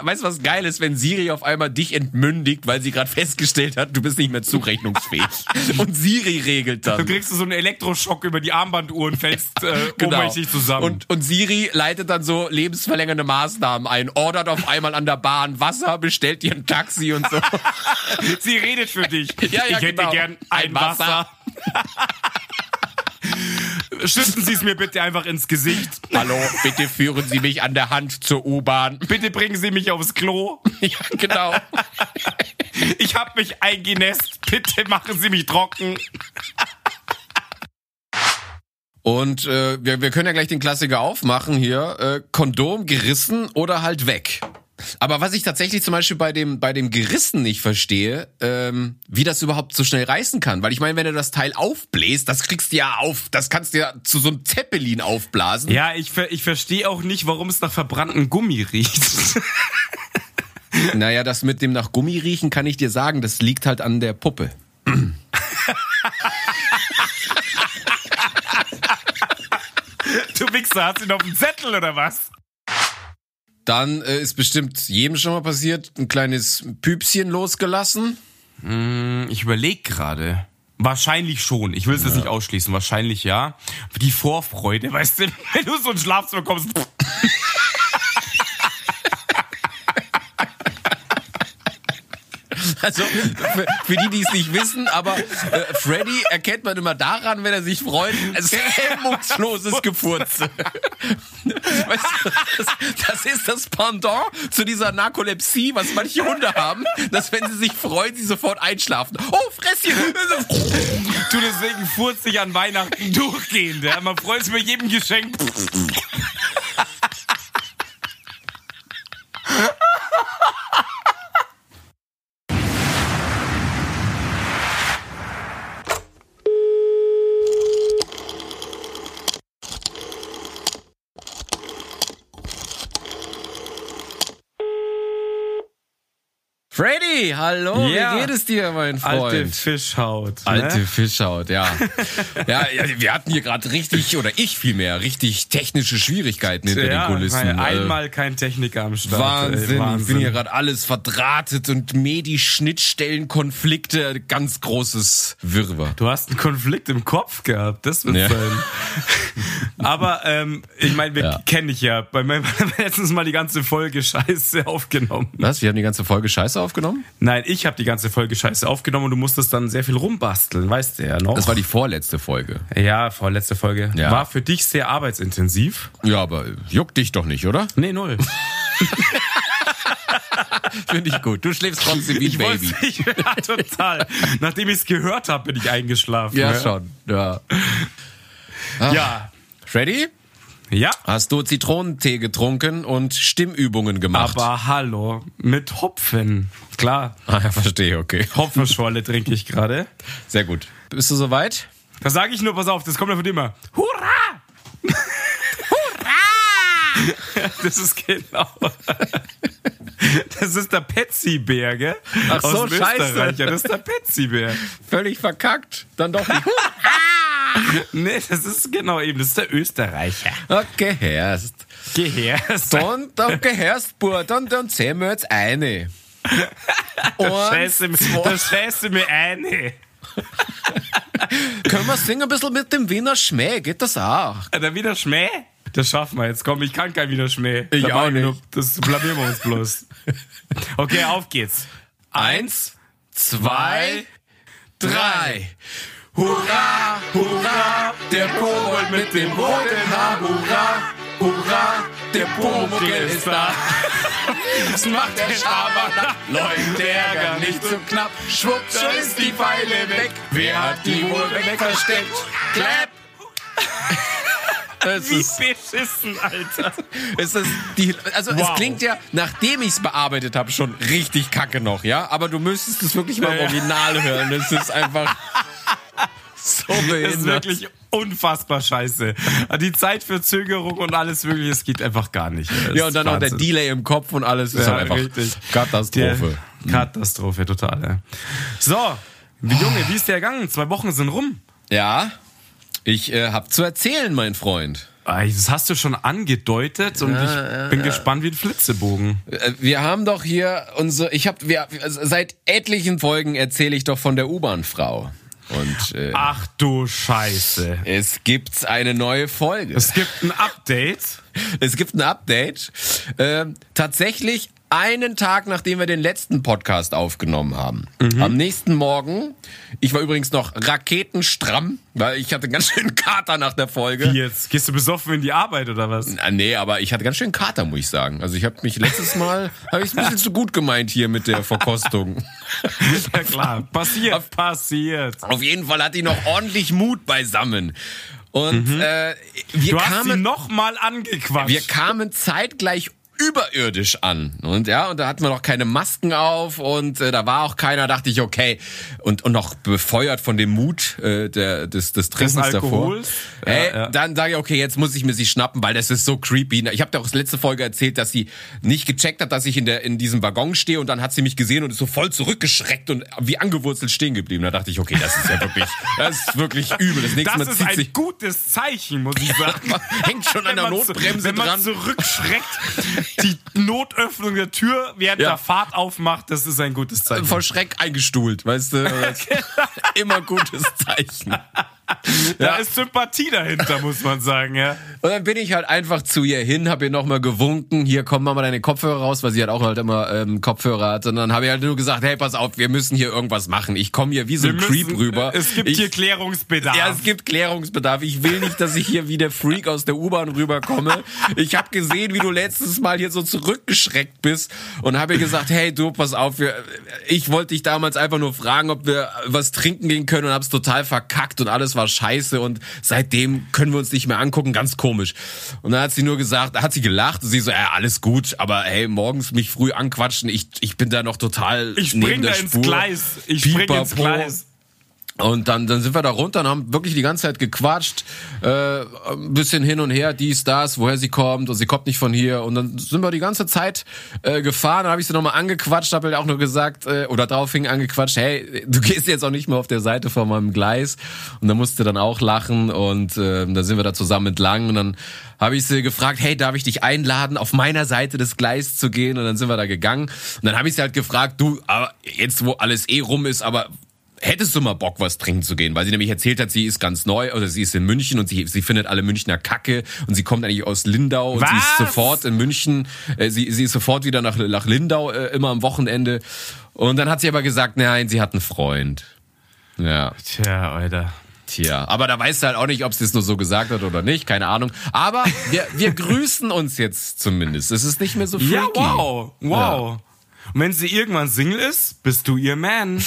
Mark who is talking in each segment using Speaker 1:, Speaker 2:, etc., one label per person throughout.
Speaker 1: Weißt du, was geil ist, wenn Siri auf einmal dich entmündigt, weil sie gerade festgestellt hat, du bist nicht mehr zurechnungsfähig. Und Siri regelt
Speaker 2: Dann
Speaker 1: dann.
Speaker 2: kriegst du so einen Elektroschock über die Armbanduhr und fällst äh, ohnmächtig zusammen.
Speaker 1: Genau. Und, und Siri leitet dann so lebensverlängernde Maßnahmen ein, ordert auf einmal an der Bahn Wasser, bestellt dir ein Taxi und so.
Speaker 2: Sie redet für dich.
Speaker 1: Ja, ja,
Speaker 2: ich hätte
Speaker 1: genau.
Speaker 2: gern ein
Speaker 1: Ein Wasser.
Speaker 2: Wasser. Schütten Sie es mir bitte einfach ins Gesicht.
Speaker 1: Hallo, bitte führen Sie mich an der Hand zur U-Bahn.
Speaker 2: Bitte bringen Sie mich aufs Klo.
Speaker 1: Ja, genau.
Speaker 2: Ich hab mich eingenässt. Bitte machen Sie mich trocken.
Speaker 1: Und äh, wir, wir können ja gleich den Klassiker aufmachen hier. Äh, Kondom gerissen oder halt weg. Aber was ich tatsächlich zum Beispiel bei dem, bei dem Gerissen nicht verstehe, ähm, wie das überhaupt so schnell reißen kann. Weil ich meine, wenn du das Teil aufbläst, das kriegst du ja auf, das kannst du ja zu so einem Zeppelin aufblasen.
Speaker 2: Ja, ich, ver ich verstehe auch nicht, warum es nach verbranntem Gummi riecht.
Speaker 1: Naja, das mit dem nach Gummi riechen kann ich dir sagen, das liegt halt an der Puppe.
Speaker 2: Du Wichser, hast ihn auf dem Zettel oder was?
Speaker 1: Dann äh, ist bestimmt jedem schon mal passiert, ein kleines Püpschen losgelassen.
Speaker 2: Ich überlege gerade. Wahrscheinlich schon. Ich will es jetzt nicht ausschließen. Wahrscheinlich ja. Die Vorfreude, weißt du, wenn du so ein Schlafzimmer kommst.
Speaker 1: Also für, für die, die es nicht wissen, aber äh, Freddy erkennt man immer daran, wenn er sich freut, es ist hemmungsloses Gefurze. Weißt du, das, das ist das Pendant zu dieser Narkolepsie, was manche Hunde haben, dass wenn sie sich freuen, sie sofort einschlafen. Oh, Fresschen!
Speaker 2: Du deswegen furzt dich an Weihnachten durchgehend. Ja? Man freut sich über jedem Geschenk.
Speaker 1: Freddy, hallo,
Speaker 2: Ja.
Speaker 1: wie geht es dir, mein Freund?
Speaker 2: Alte Fischhaut.
Speaker 1: Alte
Speaker 2: Ne?
Speaker 1: Fischhaut, ja. ja. Ja, wir hatten hier gerade richtig, oder ich vielmehr, richtig technische Schwierigkeiten hinter
Speaker 2: Ja,
Speaker 1: den Kulissen.
Speaker 2: weil
Speaker 1: Also-
Speaker 2: einmal kein Techniker am Start.
Speaker 1: Wahnsinn,
Speaker 2: ey,
Speaker 1: ich bin hier gerade alles verdrahtet und Medi-Schnittstellenkonflikte, ganz großes Wirrwarr.
Speaker 2: Du hast einen Konflikt im Kopf gehabt, das wird
Speaker 1: Ja.
Speaker 2: sein. Aber ähm, ich meine, wir
Speaker 1: Ja.
Speaker 2: kennen dich ja. Bei mir haben wir letztens mal die ganze Folge Scheiße aufgenommen.
Speaker 1: Was? Wir haben die ganze Folge Scheiße aufgenommen?
Speaker 2: Nein, ich habe die ganze Folge Scheiße aufgenommen und du musstest dann sehr viel rumbasteln, weißt du ja noch.
Speaker 1: Das war die vorletzte Folge.
Speaker 2: ja, vorletzte Folge.
Speaker 1: Ja.
Speaker 2: War für dich sehr arbeitsintensiv.
Speaker 1: Ja, aber juckt dich doch nicht, oder?
Speaker 2: Nee, null.
Speaker 1: Finde ich gut. Du schläfst trotzdem wie ein
Speaker 2: Ich
Speaker 1: Baby.
Speaker 2: wollte ich, ja, total. Nachdem ich es gehört habe, bin ich eingeschlafen. ne?
Speaker 1: Ja, schon. Ah. Ja.
Speaker 2: Ja.
Speaker 1: Freddy,
Speaker 2: Ja.
Speaker 1: hast du Zitronentee getrunken und Stimmübungen gemacht?
Speaker 2: Aber hallo, mit Hopfen. Klar,
Speaker 1: ah, ja, verstehe, okay.
Speaker 2: Hopfenschorle trinke ich gerade.
Speaker 1: Sehr gut. Bist du soweit?
Speaker 2: Da sage ich nur, pass auf, das kommt ja von dir immer. Hurra! Hurra! Das ist genau. Das ist der Petsy-Bär, gell?
Speaker 1: Ach so,
Speaker 2: Aus dem
Speaker 1: scheiße.
Speaker 2: Österreicher, Das ist der Petsy-Bär.
Speaker 1: Völlig verkackt. Dann doch nicht.
Speaker 2: Nee, das ist genau eben, das ist der Österreicher.
Speaker 1: Okay, herrst.
Speaker 2: Geh her.
Speaker 1: Dann, dann gehörst, Bub, dann, dann zählen wir jetzt eine.
Speaker 2: Scheiße,
Speaker 1: Und zwei.
Speaker 2: das scheiße mir Äh, eine.
Speaker 1: können wir singen ein bisschen mit dem Wiener Schmäh, geht das auch?
Speaker 2: Der wieder Schmäh? Das schaffen wir jetzt. Komm, ich kann kein wieder Schmäh.
Speaker 1: Ich
Speaker 2: Da
Speaker 1: auch
Speaker 2: mach
Speaker 1: nicht.
Speaker 2: nur- Das blamieren wir uns bloß. Okay, auf geht's.
Speaker 1: Eins, zwei, drei. Hurra, hurra, der Kobold mit dem roten Haar, hurra, hurra, der Pumuckl ist da. Das macht der Schabernack, läuft der Ärger nicht so knapp. Schwupp, schon ist die Pfeile weg, wer hat die wohl weg versteckt? Clap! Es
Speaker 2: Wie beschissen, Alter.
Speaker 1: Es ist die, also es
Speaker 2: Wow.
Speaker 1: klingt ja, nachdem ich es bearbeitet habe, schon richtig kacke noch, ja? Aber du müsstest es wirklich mal im
Speaker 2: Ja, ja.
Speaker 1: Original hören. Es ist einfach so
Speaker 2: Das ist
Speaker 1: behindert.
Speaker 2: wirklich unfassbar scheiße. Die Zeitverzögerung und alles wirklich, es geht einfach gar nicht. Das
Speaker 1: Ja, und dann
Speaker 2: ist
Speaker 1: auch der
Speaker 2: Wahnsinn.
Speaker 1: Delay im Kopf und alles ist
Speaker 2: Ja,
Speaker 1: halt einfach
Speaker 2: richtig.
Speaker 1: Katastrophe. Mhm.
Speaker 2: Der Katastrophe, total. Ja. So, wie Junge, wie ist der ergangen? Zwei Wochen sind rum.
Speaker 1: Ja, ich äh, hab zu erzählen, mein Freund.
Speaker 2: Ah, Das hast du schon angedeutet und ich bin gespannt wie ein Flitzebogen.
Speaker 1: Äh, Wir haben doch hier unsere, ich habe, wir seit etlichen Folgen erzähle ich doch von der U-Bahn-Frau. Und äh,
Speaker 2: Ach du Scheiße.
Speaker 1: es gibt eine neue Folge.
Speaker 2: Es gibt ein Update.
Speaker 1: Es gibt ein Update. Ähm, tatsächlich einen Tag, nachdem wir den letzten Podcast aufgenommen haben. Am nächsten Morgen, ich war übrigens noch raketenstramm, weil ich hatte einen ganz schönen Kater nach der Folge.
Speaker 2: Jetzt gehst du besoffen in die Arbeit oder was?
Speaker 1: Ah, nee, aber ich hatte ganz schön Kater, muss ich sagen. Also ich habe mich letztes Mal, habe ich ein bisschen zu gut gemeint hier mit der Verkostung.
Speaker 2: Ja klar, passiert, passiert.
Speaker 1: Auf jeden Fall hat die noch ordentlich Mut beisammen. Und äh, wir
Speaker 2: Mhm. Du hast sie
Speaker 1: kamen
Speaker 2: nochmal angequatscht.
Speaker 1: Wir kamen zeitgleich überirdisch an und ja und da hatten wir noch keine Masken auf und äh, da war auch keiner dachte ich okay und und noch befeuert von dem Mut äh, der des des Trinkens davor
Speaker 2: Alkohols? Ja,
Speaker 1: hey,
Speaker 2: ja.
Speaker 1: dann sage ich okay jetzt muss ich mir sie schnappen weil das ist so creepy ich habe dir auch letzte Folge erzählt dass sie nicht gecheckt hat dass ich in der in diesem Waggon stehe und dann hat sie mich gesehen und ist so voll zurückgeschreckt und wie angewurzelt stehen geblieben da dachte ich okay das ist ja wirklich das ist wirklich übel das nächste
Speaker 2: das
Speaker 1: Mal
Speaker 2: ist
Speaker 1: zieht
Speaker 2: ein
Speaker 1: sich
Speaker 2: gutes Zeichen, muss ich sagen.
Speaker 1: hängt schon an
Speaker 2: Wenn
Speaker 1: der
Speaker 2: man
Speaker 1: Notbremse
Speaker 2: zu, Wenn man
Speaker 1: dran
Speaker 2: zurückschreckt, die Notöffnung der Tür während
Speaker 1: Ja.
Speaker 2: der Fahrt aufmacht, das ist ein gutes Zeichen.
Speaker 1: äh, vor Schreck eingestuhlt, weißt du? Immer gutes Zeichen.
Speaker 2: Da ist Sympathie dahinter, muss man sagen, ja.
Speaker 1: Und dann bin ich halt einfach zu ihr hin, hab ihr nochmal gewunken, hier komm mach mal deine Kopfhörer raus, weil sie halt auch halt immer ähm, Kopfhörer hat. Und dann habe ich halt nur gesagt, hey, pass auf, wir müssen hier irgendwas machen. Ich komme hier wie so
Speaker 2: Wir
Speaker 1: ein Creep
Speaker 2: müssen-
Speaker 1: rüber.
Speaker 2: Es gibt
Speaker 1: ich,
Speaker 2: hier Klärungsbedarf.
Speaker 1: ja, es gibt Klärungsbedarf. Ich will nicht, dass ich hier wie der Freak aus der U-Bahn rüberkomme. Ich habe gesehen, wie du letztes Mal hier so zurückgeschreckt bist und habe ihr gesagt, hey du, pass auf, wir, ich wollte dich damals einfach nur fragen, ob wir was trinken gehen können und hab's total verkackt und alles war scheiße und seitdem können wir uns nicht mehr angucken, ganz komisch. Und dann hat sie nur gesagt, hat sie gelacht und sie so, ja, alles gut, aber hey, morgens mich früh anquatschen, ich, ich bin da noch total
Speaker 2: ich
Speaker 1: neben
Speaker 2: spring da
Speaker 1: der
Speaker 2: ins
Speaker 1: Spur.
Speaker 2: Gleis. Ich spring ins
Speaker 1: Pipapo.
Speaker 2: Gleis.
Speaker 1: Und dann, dann sind wir da runter und haben wirklich die ganze Zeit gequatscht, äh, ein bisschen hin und her, dies, das, woher sie kommt und sie kommt nicht von hier. Und dann sind wir die ganze Zeit äh, gefahren, dann habe ich sie nochmal angequatscht, habe halt auch nur gesagt, äh, oder daraufhin angequatscht, hey, du gehst jetzt auch nicht mehr auf der Seite von meinem Gleis. Und dann musste dann auch lachen und äh, dann sind wir da zusammen entlang und dann habe ich sie gefragt, hey, darf ich dich einladen, auf meiner Seite des Gleis zu gehen? Und dann sind wir da gegangen und dann habe ich sie halt gefragt, du, aber jetzt wo alles eh rum ist, aber hättest du mal Bock, was trinken zu gehen, weil sie nämlich erzählt hat, sie ist ganz neu oder sie ist in München und sie, sie findet alle Münchner Kacke und sie kommt eigentlich aus Lindau und sie ist
Speaker 2: Was?
Speaker 1: sofort in München, äh, sie, sie ist sofort wieder nach, nach Lindau äh, immer am Wochenende. Und dann hat sie aber gesagt, nein, sie hat einen Freund. Ja,
Speaker 2: Tja, Alter.
Speaker 1: tja. Aber da weißt du halt auch nicht, ob sie es nur so gesagt hat oder nicht, keine Ahnung. Aber wir, wir grüßen uns jetzt zumindest. Es ist nicht mehr so freaky.
Speaker 2: Ja, wow. Wow. Und wenn sie irgendwann Single ist, bist du ihr Man.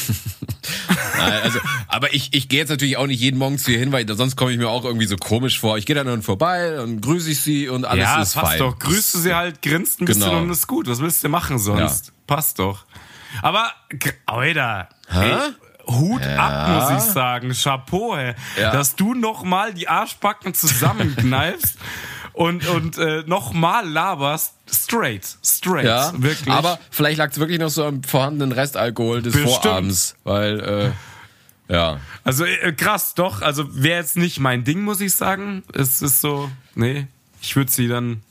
Speaker 1: Nein, Also, aber ich, ich gehe jetzt natürlich auch nicht jeden Morgen zu ihr hin, weil sonst komme ich mir auch irgendwie so komisch vor. Ich gehe dann dann vorbei und grüße ich sie und alles
Speaker 2: ja,
Speaker 1: ist
Speaker 2: passt
Speaker 1: fein.
Speaker 2: doch. Grüßt du sie halt, grinst ein bisschen
Speaker 1: Genau.
Speaker 2: und ist gut. Was willst du machen sonst? Passt doch. Aber, gr- Alter, ey, Hut ab, muss ich sagen. Chapeau, ey.
Speaker 1: Ja.
Speaker 2: dass du nochmal die Arschbacken zusammenkneifst und, und äh, nochmal laberst. Straight, straight,
Speaker 1: Ja,
Speaker 2: wirklich.
Speaker 1: Aber vielleicht lag es wirklich noch so am vorhandenen Restalkohol des
Speaker 2: Bestimmt.
Speaker 1: Vorabends, weil äh, ja.
Speaker 2: also äh, krass, doch. Also wäre jetzt nicht mein Ding, muss ich sagen. Es ist so, nee, ich würde sie dann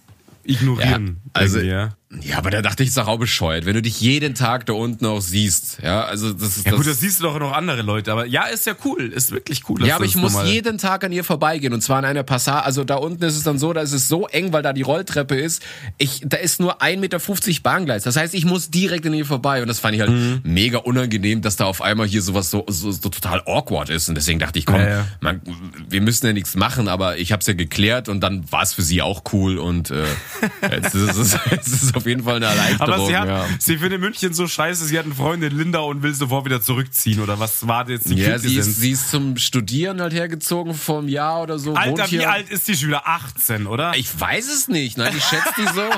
Speaker 2: ignorieren.
Speaker 1: Ja, also-
Speaker 2: irgendwie, ja.
Speaker 1: Ja, aber da dachte ich, ist doch auch bescheuert, wenn du dich jeden Tag da unten auch siehst. Ja, also das ist
Speaker 2: Ja,
Speaker 1: das.
Speaker 2: gut, das siehst du doch noch andere Leute, aber ja, ist ja cool, ist wirklich cool. dass
Speaker 1: ja, aber
Speaker 2: das
Speaker 1: ich muss
Speaker 2: nochmal-
Speaker 1: jeden Tag an ihr vorbeigehen und zwar an einer Passage. Also da unten ist es dann so, da ist es so eng, weil da die Rolltreppe ist. Ich, da ist nur 1,50 Meter Bahngleis. Das heißt, ich muss direkt an ihr vorbei und das fand ich halt
Speaker 2: Mhm.
Speaker 1: mega unangenehm, dass da auf einmal hier sowas so, so, so total awkward ist und deswegen dachte ich, komm,
Speaker 2: Ja, ja.
Speaker 1: Man, wir müssen ja nichts machen, aber ich hab's ja geklärt und dann war es für sie auch cool und äh, jetzt ist es, es ist auf jeden Fall eine Erleichterung.
Speaker 2: Aber sie, hat,
Speaker 1: ja.
Speaker 2: sie findet München so scheiße, sie hat einen Freund in Lindau und will sofort wieder zurückziehen oder was war denn jetzt die
Speaker 1: Ja, sie ist,
Speaker 2: Quintessenz?
Speaker 1: sie ist zum Studieren halt hergezogen vor einem Jahr oder so. wohnt
Speaker 2: Alter,
Speaker 1: hier.
Speaker 2: wie alt ist die Schüler? 18, oder?
Speaker 1: Ich weiß es nicht. Nein, ich schätze die so.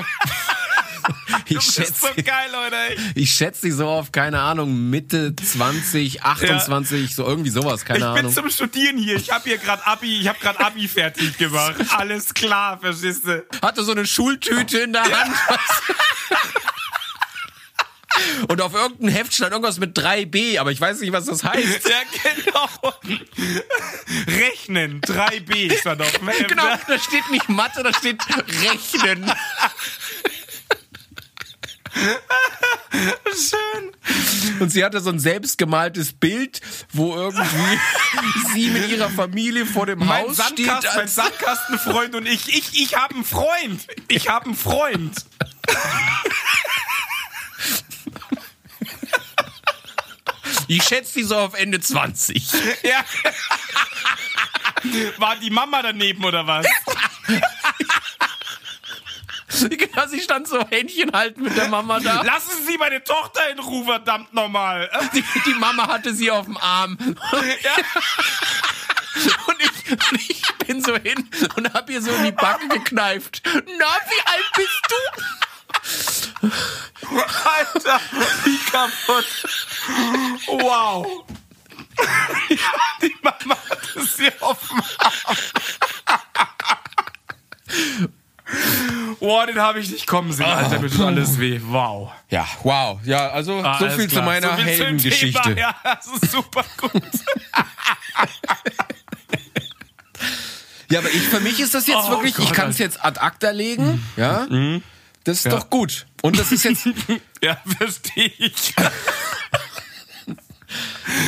Speaker 1: Ich
Speaker 2: das ist so
Speaker 1: schätze
Speaker 2: geil, Leute. ey.
Speaker 1: ich schätz die so auf, keine Ahnung, Mitte 20, 28, so irgendwie sowas,
Speaker 2: Ich
Speaker 1: keine
Speaker 2: bin
Speaker 1: Ahnung.
Speaker 2: zum Studieren hier. Ich habe hier gerade Abi, ich habe gerade Abi fertig gemacht. Alles klar, verstehst du?
Speaker 1: Hatte so eine Schultüte in der Hand. Und auf irgendeinem Heft stand irgendwas mit 3b, aber ich weiß nicht, was das heißt.
Speaker 2: Ja, genau. Rechnen, 3b stand auf dem Hemd.
Speaker 1: Genau, da steht nicht Mathe, da steht Rechnen. Schön. Und sie hatte so ein selbstgemaltes Bild, wo irgendwie sie mit ihrer Familie vor dem
Speaker 2: Mein
Speaker 1: Haus
Speaker 2: Sandkasten,
Speaker 1: steht.
Speaker 2: mein
Speaker 1: als-
Speaker 2: Sandkastenfreund und ich, ich, ich habe einen Freund. Ich habe einen Freund.
Speaker 1: Ich schätze die so auf Ende 20.
Speaker 2: Ja. War die Mama daneben oder was?
Speaker 1: Genau, sie stand so Händchen halten mit der Mama da.
Speaker 2: Lassen Sie meine Tochter in Ruhe, verdammt nochmal.
Speaker 1: Die, die Mama hatte sie auf dem Arm. Und ich, und ich bin so hin und hab ihr so in die Backen gekneift. Na, wie alt bist du?
Speaker 2: Alter, wie kaputt. Wow. Die Mama hat es hier offen. Boah, den habe ich nicht kommen sehen, Alter, mir tut alles weh. Wow.
Speaker 1: Ja, wow. Ja, also
Speaker 2: Ah,
Speaker 1: so
Speaker 2: alles
Speaker 1: viel zu
Speaker 2: klar.
Speaker 1: meiner
Speaker 2: viel zum Thema.
Speaker 1: Heldengeschichte.
Speaker 2: Ja, das ist super gut.
Speaker 1: Ja, aber ich, für mich ist das jetzt
Speaker 2: Oh
Speaker 1: wirklich, ich
Speaker 2: Gott,
Speaker 1: kann es
Speaker 2: Alter.
Speaker 1: jetzt ad acta legen. Mhm. Ja, das ist doch gut. Und das ist jetzt,
Speaker 2: Ja, verstehe ich.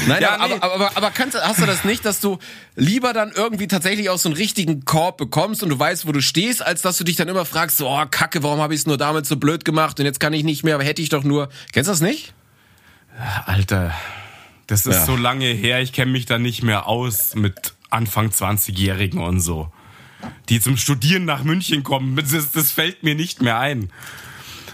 Speaker 1: nein,
Speaker 2: Ja,
Speaker 1: aber,
Speaker 2: nee.
Speaker 1: aber, aber, aber kannst, hast du das nicht, dass du lieber dann irgendwie tatsächlich auch so einen richtigen Korb bekommst und du weißt, wo du stehst, als dass du dich dann immer fragst, so, oh, kacke, warum habe ich es nur damals so blöd gemacht und jetzt kann ich nicht mehr, aber hätte ich doch nur, kennst du das nicht?
Speaker 2: Alter, das ist
Speaker 1: Ja.
Speaker 2: so lange her, ich kenne mich da nicht mehr aus mit Anfang 20-Jährigen und so. Die zum Studieren nach München kommen, das, das fällt mir nicht mehr ein.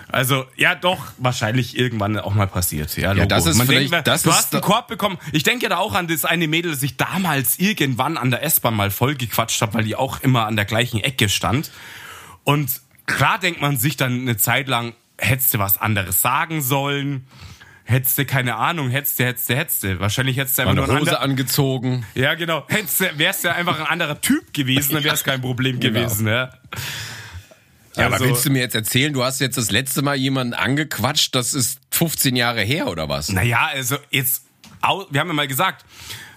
Speaker 2: Also, ja, doch, wahrscheinlich irgendwann auch mal passiert. Ja, Logo.
Speaker 1: das ist vielleicht-
Speaker 2: denkt,
Speaker 1: das
Speaker 2: du
Speaker 1: ist
Speaker 2: hast einen
Speaker 1: da-
Speaker 2: Korb bekommen. Ich denke da auch an das eine Mädel, das ich damals irgendwann an der S-Bahn mal vollgequatscht habe, weil die auch immer an der gleichen Ecke stand. Und klar denkt man sich dann eine Zeit lang, hättest du was anderes sagen sollen, hättest du keine Ahnung, hättest du, hättest du, hättest du. Wahrscheinlich hättest du einfach
Speaker 1: Eine
Speaker 2: nur ein
Speaker 1: Hose
Speaker 2: anderer,
Speaker 1: angezogen.
Speaker 2: ja genau, hättest du, wärst du einfach ein anderer Typ gewesen, dann wär's kein Problem gewesen, ja.
Speaker 1: Genau. Ja, aber
Speaker 2: Also-
Speaker 1: willst du mir jetzt erzählen, du hast jetzt das letzte Mal jemanden angequatscht, das ist 15 Jahre her oder was?
Speaker 2: Naja, also jetzt, au- wir haben ja mal gesagt,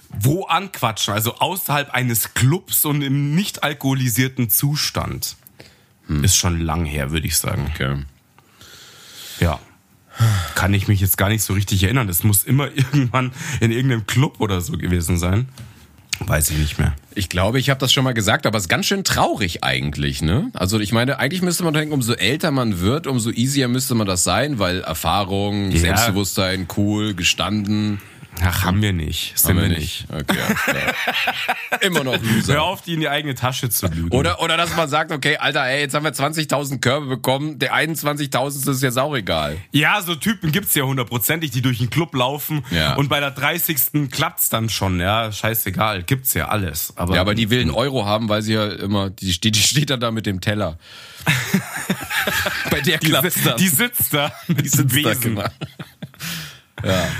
Speaker 2: wo anquatschen, also außerhalb eines Clubs und im nicht alkoholisierten Zustand.
Speaker 1: Hm.
Speaker 2: Ist schon lang her, würde ich sagen.
Speaker 1: Okay.
Speaker 2: Ja. Kann ich mich jetzt gar nicht so richtig erinnern. Das muss immer irgendwann in irgendeinem Club oder so gewesen sein. Weiß ich nicht mehr.
Speaker 1: Ich glaube, ich habe das schon mal gesagt, aber es ist ganz schön traurig eigentlich, ne? Also ich meine, eigentlich müsste man denken, umso älter man wird, umso easier müsste man das sein, weil Erfahrung, Selbstbewusstsein, cool, gestanden.
Speaker 2: Ach, haben wir nicht. Sind wir nicht.
Speaker 1: Okay, alles klar. Immer noch
Speaker 2: Hör
Speaker 1: Loser.
Speaker 2: auf, die in die eigene Tasche zu lügen.
Speaker 1: Oder, oder dass man sagt, okay, Alter, ey, jetzt haben wir 20.000 Körbe bekommen, der 21.000. ist jetzt auch egal.
Speaker 2: Ja, so Typen gibt's ja hundertprozentig, die durch den Club laufen
Speaker 1: Ja.
Speaker 2: und bei der 30. klappt's dann schon, ja, scheißegal, gibt's ja alles. Aber,
Speaker 1: Ja, aber die will einen Euro haben, weil sie ja immer, die steht, die steht dann da mit dem Teller. Bei der
Speaker 2: die,
Speaker 1: klappt's
Speaker 2: si-
Speaker 1: dann.
Speaker 2: die sitzt da mit
Speaker 1: sitzt
Speaker 2: dem
Speaker 1: da,
Speaker 2: Besen.
Speaker 1: genau.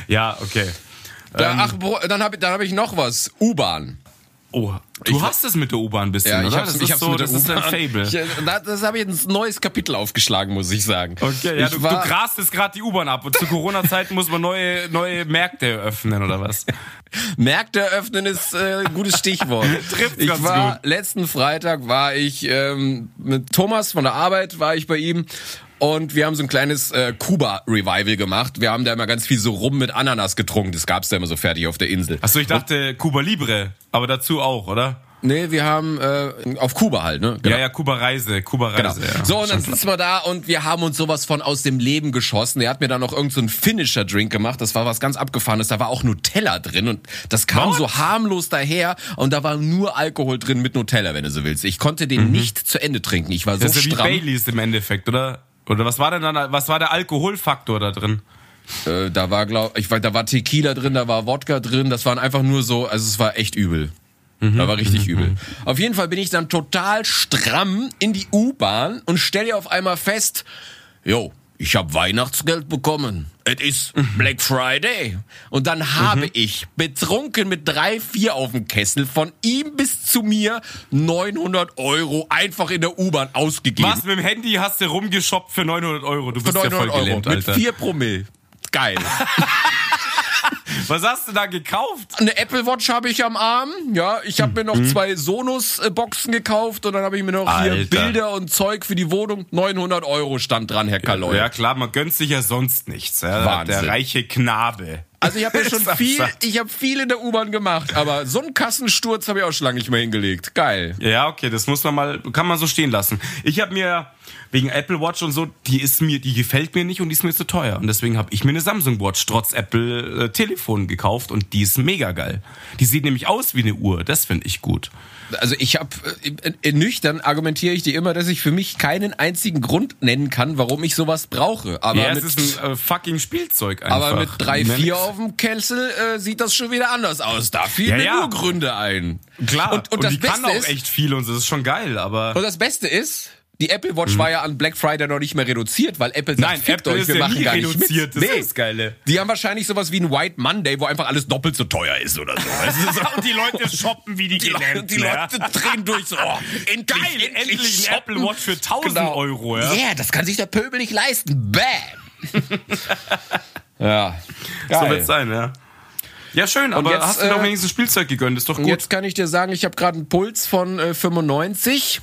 Speaker 2: Ja, okay. Ähm,
Speaker 1: Da, ach, Bro, dann habe dann hab ich noch was. U-Bahn.
Speaker 2: Oh, du hast es mit der U-Bahn ein bisschen,
Speaker 1: Ja,
Speaker 2: oder?
Speaker 1: ich hab's,
Speaker 2: das
Speaker 1: ich
Speaker 2: ist
Speaker 1: hab's
Speaker 2: so,
Speaker 1: mit der
Speaker 2: das ist ein
Speaker 1: U-Bahn.
Speaker 2: Fable.
Speaker 1: Ich, äh, da- das habe ich ein neues Kapitel aufgeschlagen, muss ich sagen.
Speaker 2: Okay, ja,
Speaker 1: ich
Speaker 2: du,
Speaker 1: war,
Speaker 2: du grast jetzt gerade die U-Bahn ab und zu Corona-Zeiten muss man neue, neue Märkte eröffnen oder was?
Speaker 1: Märkte eröffnen ist äh, ein gutes Stichwort.
Speaker 2: Trifft's
Speaker 1: ich
Speaker 2: ganz
Speaker 1: war
Speaker 2: gut.
Speaker 1: letzten Freitag war ich ähm, mit Thomas von der Arbeit war ich bei ihm und wir haben so ein kleines äh, Kuba Revival gemacht. Wir haben da immer ganz viel so rum mit Ananas getrunken. Das gab's da immer so fertig auf der Insel.
Speaker 2: Achso, ich dachte Cuba Libre, aber dazu auch, oder?
Speaker 1: Nee, wir haben äh, auf Kuba halt, ne?
Speaker 2: Ja, ja, Kuba Reise, Kuba
Speaker 1: Genau.
Speaker 2: Reise. Ja.
Speaker 1: So, und dann sitzen wir da und wir haben uns sowas von aus dem Leben geschossen. Er hat mir dann noch irgendeinen so einen Finisher-Drink gemacht. Das war was ganz Abgefahrenes. Da war auch Nutella drin und das kam
Speaker 2: What?
Speaker 1: so harmlos daher und da war nur Alkohol drin mit Nutella, wenn du so willst. Ich konnte den nicht zu Ende trinken. Ich war so
Speaker 2: Mhm. Das ist ja wie
Speaker 1: stramm.
Speaker 2: Baileys im Endeffekt, oder? Oder was war denn dann, was war der Alkoholfaktor da drin?
Speaker 1: Äh, da war, glaub ich, war- da war Tequila drin, da war Wodka drin. Das waren einfach nur so, also es war echt übel.
Speaker 2: Mhm.
Speaker 1: Da war richtig übel. Auf jeden Fall bin ich dann total stramm in die U-Bahn und stelle auf einmal fest, jo, ich habe Weihnachtsgeld bekommen. Es ist
Speaker 2: Mhm.
Speaker 1: Black Friday. Und dann habe ich betrunken mit drei, vier auf dem Kessel von ihm bis zu mir 900 Euro einfach in der U-Bahn ausgegeben.
Speaker 2: Was, mit dem Handy hast du rumgeshoppt für 900 Euro? Du
Speaker 1: Für
Speaker 2: bist ja
Speaker 1: 900
Speaker 2: voll
Speaker 1: Euro
Speaker 2: gelähmt,
Speaker 1: mit
Speaker 2: Alter.
Speaker 1: vier Promille. Geil.
Speaker 2: Was hast du da gekauft?
Speaker 1: Eine Apple Watch habe ich am Arm. Ja, ich habe mir noch zwei Sonos-Boxen gekauft und dann habe ich mir noch hier
Speaker 2: Alter.
Speaker 1: Bilder und Zeug für die Wohnung. 900 Euro stand dran, Herr Kaloy.
Speaker 2: Ja klar, man gönnt sich ja sonst nichts. Ja.
Speaker 1: Oh Wahnsinn.
Speaker 2: Der reiche Knabe.
Speaker 1: Also ich habe ja schon
Speaker 2: Ist am
Speaker 1: viel,
Speaker 2: Start.
Speaker 1: ich habe viel in der U-Bahn gemacht, aber so einen Kassensturz habe ich auch schon lange nicht mehr hingelegt. Geil.
Speaker 2: Ja, okay, das muss man mal, kann man so stehen lassen. Ich habe mir wegen Apple Watch und so, die ist mir, die gefällt mir nicht und die ist mir zu teuer. Und deswegen habe ich mir eine Samsung Watch trotz Apple äh, Telefon gekauft und die ist mega geil. Die sieht nämlich aus wie eine Uhr, das finde ich gut.
Speaker 1: Also ich habe äh, nüchtern argumentiere ich dir immer, dass ich für mich keinen einzigen Grund nennen kann, warum ich sowas brauche. Aber
Speaker 2: Ja,
Speaker 1: mit,
Speaker 2: es ist ein äh, fucking Spielzeug einfach.
Speaker 1: aber mit drei,
Speaker 2: Ne,
Speaker 1: vier
Speaker 2: nix.
Speaker 1: auf dem Kessel äh, sieht das schon wieder anders aus. Da fielen
Speaker 2: Ja,
Speaker 1: mir
Speaker 2: ja.
Speaker 1: nur Gründe ein.
Speaker 2: Klar,
Speaker 1: Und, und, das
Speaker 2: die
Speaker 1: Beste
Speaker 2: kann auch
Speaker 1: ist,
Speaker 2: echt viel und das ist schon geil, aber
Speaker 1: und das Beste ist, die Apple Watch war ja an Black Friday noch nicht mehr reduziert, weil Apple sagt,
Speaker 2: Mhm. nein,
Speaker 1: fickt
Speaker 2: Apple
Speaker 1: euch,
Speaker 2: ist
Speaker 1: wir
Speaker 2: ja
Speaker 1: machen
Speaker 2: nie
Speaker 1: gar nicht
Speaker 2: reduziert,
Speaker 1: mit.
Speaker 2: das ist das Geile.
Speaker 1: Die haben wahrscheinlich sowas wie ein White Monday, wo einfach alles doppelt so teuer ist oder so. Weißt du, so
Speaker 2: Und die Leute shoppen wie die,
Speaker 1: die, Leute,
Speaker 2: Gelähmten,
Speaker 1: die
Speaker 2: ja.
Speaker 1: Leute drehen durch so, oh, endlich,
Speaker 2: Geil,
Speaker 1: endlich,
Speaker 2: endlich ein
Speaker 1: shoppen. Genau.
Speaker 2: Apple Watch für 1000 Euro,
Speaker 1: Ja,
Speaker 2: ja.
Speaker 1: das kann sich der Pöbel nicht leisten. Bam. ja.
Speaker 2: So
Speaker 1: Geil.
Speaker 2: wird's sein, ja. Ja, schön, aber
Speaker 1: jetzt,
Speaker 2: hast du doch
Speaker 1: äh,
Speaker 2: wenigstens Spielzeug gegönnt, ist doch
Speaker 1: Und
Speaker 2: gut.
Speaker 1: jetzt kann ich dir sagen, ich habe gerade einen Puls von äh, 95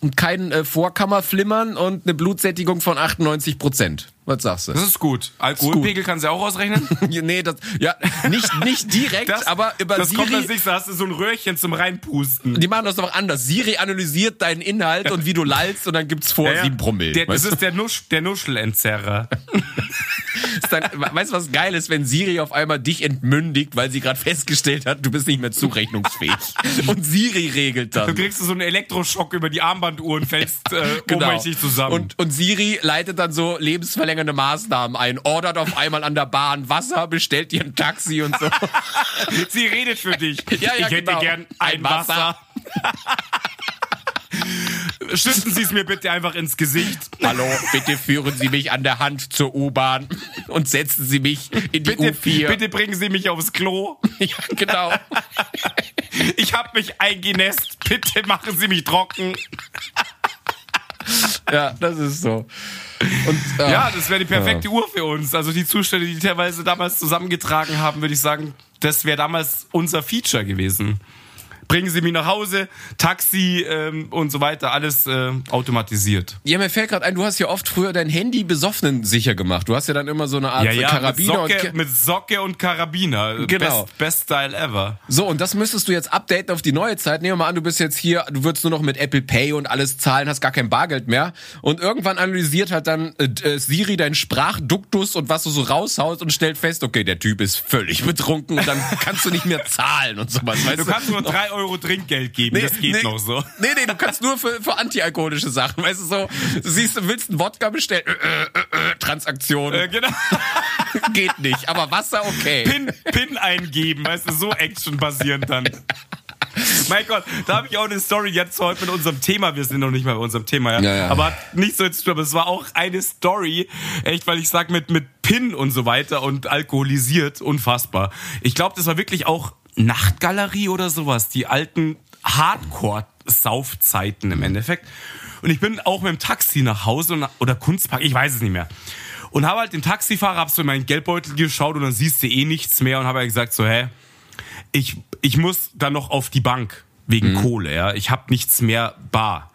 Speaker 1: und keinen äh, Vorkammerflimmern und eine Blutsättigung von 98 Prozent. Was sagst du?
Speaker 2: Das ist gut. Alkoholpegel kannst du ja auch ausrechnen.
Speaker 1: nee, das, ja, nicht, nicht direkt, aber über
Speaker 2: das kommt
Speaker 1: Siri Oh,
Speaker 2: als nächstes, da hast du so ein Röhrchen zum Reinpusten.
Speaker 1: Die machen das doch anders. Siri analysiert deinen Inhalt und wie du lallst und dann gibt's vor sieben Promille.
Speaker 2: Der, das
Speaker 1: weißt, du?
Speaker 2: ist der, Nusch, der Nuschel-Entzerrer.
Speaker 1: Ist dann, weißt du, was geil ist, wenn Siri auf einmal dich entmündigt, weil sie gerade festgestellt hat, du bist nicht mehr zurechnungsfähig. und Siri regelt
Speaker 2: Du
Speaker 1: dann.
Speaker 2: kriegst so einen Elektroschock über die Armbanduhr und fällst äh, ohnmächtig zusammen.
Speaker 1: Genau. Und, und Siri leitet dann so lebensverlängernde Maßnahmen ein, ordert auf einmal an der Bahn Wasser, bestellt dir ein Taxi und so.
Speaker 2: Sie redet für dich.
Speaker 1: Ja, ja,
Speaker 2: ich hätte
Speaker 1: genau.
Speaker 2: gern
Speaker 1: Ein
Speaker 2: ein
Speaker 1: Wasser.
Speaker 2: Wasser. Schütten Sie es mir bitte einfach ins Gesicht.
Speaker 1: Hallo, bitte führen Sie mich an der Hand zur U-Bahn und setzen Sie mich in die
Speaker 2: Bitte,
Speaker 1: U4.
Speaker 2: bitte bringen Sie mich aufs Klo.
Speaker 1: Ja, genau.
Speaker 2: Ich habe mich eingenässt. Bitte machen Sie mich trocken.
Speaker 1: Ja, das ist so. Und, äh,
Speaker 2: Ja, das wäre die perfekte Uhr für uns. Also die Zustände, die teilweise damals zusammengetragen haben, würde ich sagen, das wäre damals unser Feature gewesen. Bringen Sie mich nach Hause, Taxi ähm, und so weiter, alles äh, automatisiert.
Speaker 1: Ja, mir fällt gerade ein, du hast ja oft früher dein Handy besoffenen sicher gemacht. Du hast ja dann immer so eine Art Karabiner
Speaker 2: mit, Socke,
Speaker 1: und Ke-
Speaker 2: mit Socke und Karabiner.
Speaker 1: Genau.
Speaker 2: Best, best Style ever.
Speaker 1: so und das müsstest du jetzt updaten auf die neue Zeit. Nehmen wir mal an, du bist jetzt hier, du würdest nur noch mit Apple Pay und alles zahlen, hast gar kein Bargeld mehr und irgendwann analysiert halt dann äh, äh, Siri deinen Sprachduktus und was du so raushaust und stellt fest, okay, der Typ ist völlig betrunken und dann kannst du nicht mehr zahlen und sowas. Weißt
Speaker 2: Du kannst nur 3 Euro Trinkgeld geben, das geht noch so.
Speaker 1: Nee, nee, du kannst nur für, für antialkoholische Sachen. Weißt du, so, siehst du, willst einen Wodka bestellen? Äh, äh, äh, äh, Transaktion.
Speaker 2: Äh, genau.
Speaker 1: Geht nicht, aber Wasser okay.
Speaker 2: Pin, Pin eingeben, weißt du, so actionbasierend dann. Mein Gott, da habe ich auch eine Story jetzt heute mit unserem Thema. Wir sind noch nicht mal bei unserem Thema, ja.
Speaker 1: Ja, ja.
Speaker 2: Aber hat nicht so jetzt, aber es war auch eine Story, echt, weil ich sag mit mit Pin und so weiter und alkoholisiert, unfassbar. Ich glaube, das war wirklich auch Nachtgalerie oder sowas, die alten Hardcore-Saufzeiten im Endeffekt. Und ich bin auch mit dem Taxi nach Hause und, oder Kunstpark, ich weiß es nicht mehr. Und habe halt den Taxifahrer, hab so in meinen Geldbeutel geschaut und dann siehst du eh nichts mehr und habe halt gesagt so, hä, ich, ich muss dann noch auf die Bank wegen Kohle, ja. Ich habe nichts mehr bar.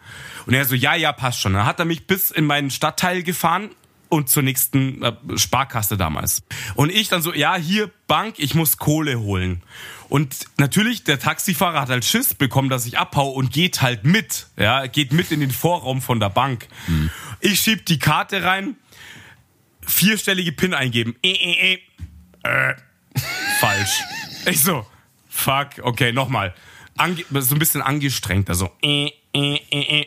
Speaker 2: Und er so, ja, ja, passt schon. Dann hat er mich bis in meinen Stadtteil gefahren und zur nächsten äh, Sparkasse damals. Und ich dann so, ja, hier Bank, ich muss Kohle holen. Und natürlich, der Taxifahrer hat halt Schiss bekommen, dass ich abhau und geht halt mit, ja, geht mit in den Vorraum von der Bank. Ich schieb die Karte rein, vierstellige PIN eingeben. Äh, äh, äh falsch. Ich so, fuck, okay, nochmal. Ange so ein bisschen angestrengt, also, äh, äh, äh, äh,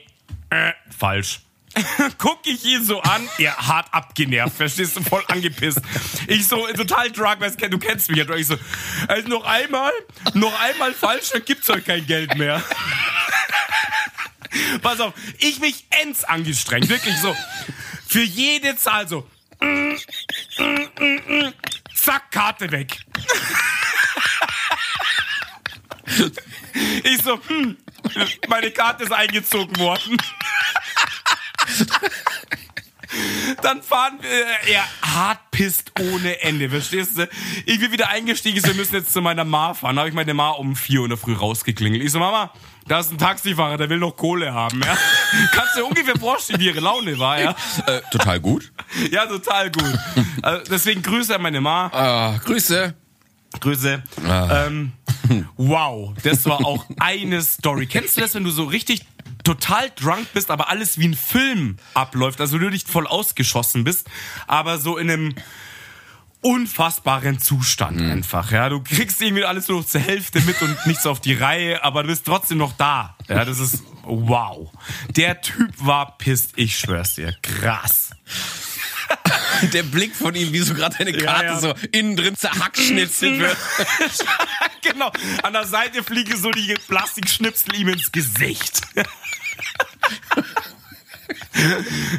Speaker 2: äh, falsch. Guck ich ihn so an, ja, hart abgenervt, verstehst du, voll angepisst. Ich so, total drug, weißt du, du kennst mich ja, doch. ich so, also noch einmal, noch einmal falsch, dann gibt's euch kein Geld mehr. Pass auf, ich mich ends angestrengt, wirklich so. Für jede Zahl so, zack, Karte weg. Ich so, hm, meine Karte ist eingezogen worden. dann fahren wir, äh, er hart pisst ohne Ende, verstehst du? Ich bin wieder eingestiegen, so, wir müssen jetzt zu meiner Ma fahren. Da habe ich meine Ma um 4 Uhr in der Früh rausgeklingelt. Ich so, Mama, da ist ein Taxifahrer, der will noch Kohle haben, ja? Kannst du dir ungefähr vorstellen, wie ihre Laune war, ja?
Speaker 1: Äh, total gut.
Speaker 2: Ja, total gut. Also deswegen Grüße an meine Ma.
Speaker 1: Ah, Grüße.
Speaker 2: Grüße. Ähm, wow, das war auch eine Story. Kennst du das, wenn du so richtig total drunk bist, aber alles wie ein Film abläuft? Also du nicht voll ausgeschossen bist, aber so in einem unfassbaren Zustand einfach. Ja, du kriegst irgendwie alles nur noch zur Hälfte mit und nichts auf die Reihe, aber du bist trotzdem noch da. Ja, das ist wow. Der Typ war pisst, ich schwör's dir. Krass.
Speaker 1: Der Blick von ihm, wie so gerade deine Karte
Speaker 2: ja.
Speaker 1: so innen drin zerhackschnitzelt wird.
Speaker 2: genau. An der Seite fliegen so die Plastikschnipsel ihm ins Gesicht.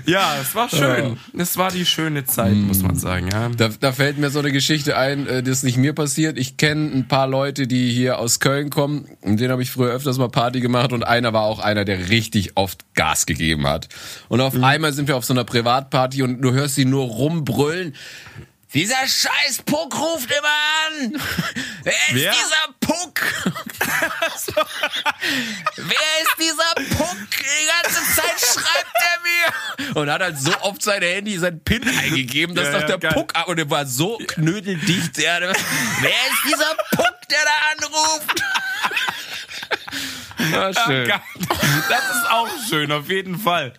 Speaker 2: ja, es war schön. Es war die schöne Zeit, muss man sagen. Ja.
Speaker 1: Da, da fällt mir so eine Geschichte ein, äh, das ist nicht mir passiert. Ich kenne ein paar Leute, die hier aus Köln kommen. Mit denen habe ich früher öfters mal Party gemacht und einer war auch einer, der richtig oft Gas gegeben hat. Und
Speaker 2: Mhm.
Speaker 1: auf einmal sind wir auf so einer Privatparty und du hörst sie nur rumbrüllen. Dieser scheiß Puck ruft immer an! Wer ist
Speaker 2: Wer?
Speaker 1: dieser Puck? Wer ist dieser Puck? Die ganze Zeit schreibt er mir! Und hat halt so oft sein Handy, sein PIN eingegeben, dass
Speaker 2: Ja,
Speaker 1: doch
Speaker 2: ja,
Speaker 1: der
Speaker 2: geil.
Speaker 1: Puck ab und der war so knödeldicht. Ja. Der, wer ist dieser Puck, der da anruft? Na, schön.
Speaker 2: Ah, Geil. Das ist auch schön, auf jeden Fall.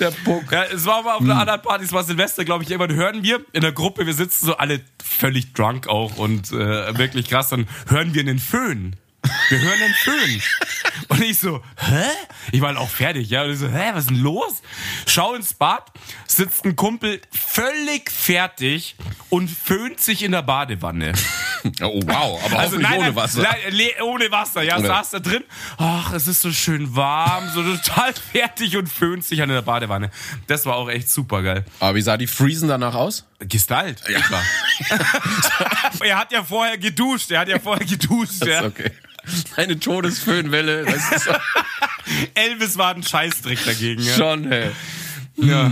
Speaker 1: Der Puck.
Speaker 2: Ja, es war mal auf einer anderen Party, es war Silvester, glaube ich, irgendwann hören wir in der Gruppe, wir sitzen so alle völlig drunk auch und äh, wirklich krass, dann hören wir einen Föhn. Wir hören einen Föhn. Und ich so, hä? Ich war halt auch fertig, ja. Und ich so, hä, was ist denn los? Schau ins Bad, sitzt ein Kumpel völlig fertig und föhnt sich in der Badewanne.
Speaker 1: Oh, wow, aber hoffentlich ohne Wasser.
Speaker 2: Also Nein, le- ohne Wasser, ja,
Speaker 1: Ja.
Speaker 2: saß da drin. Ach, es ist so schön warm, so total fertig und föhnt sich an der Badewanne. Das war auch echt super geil.
Speaker 1: Aber wie sah die Friesen danach aus?
Speaker 2: Gestylt. Ja. er hat ja vorher geduscht, er hat ja vorher geduscht.
Speaker 1: Ist
Speaker 2: Ja.
Speaker 1: okay. Eine Todesföhnwelle, das ist
Speaker 2: Elvis war ein Scheißdreck dagegen. Ja,
Speaker 1: schon, hey.
Speaker 2: ja.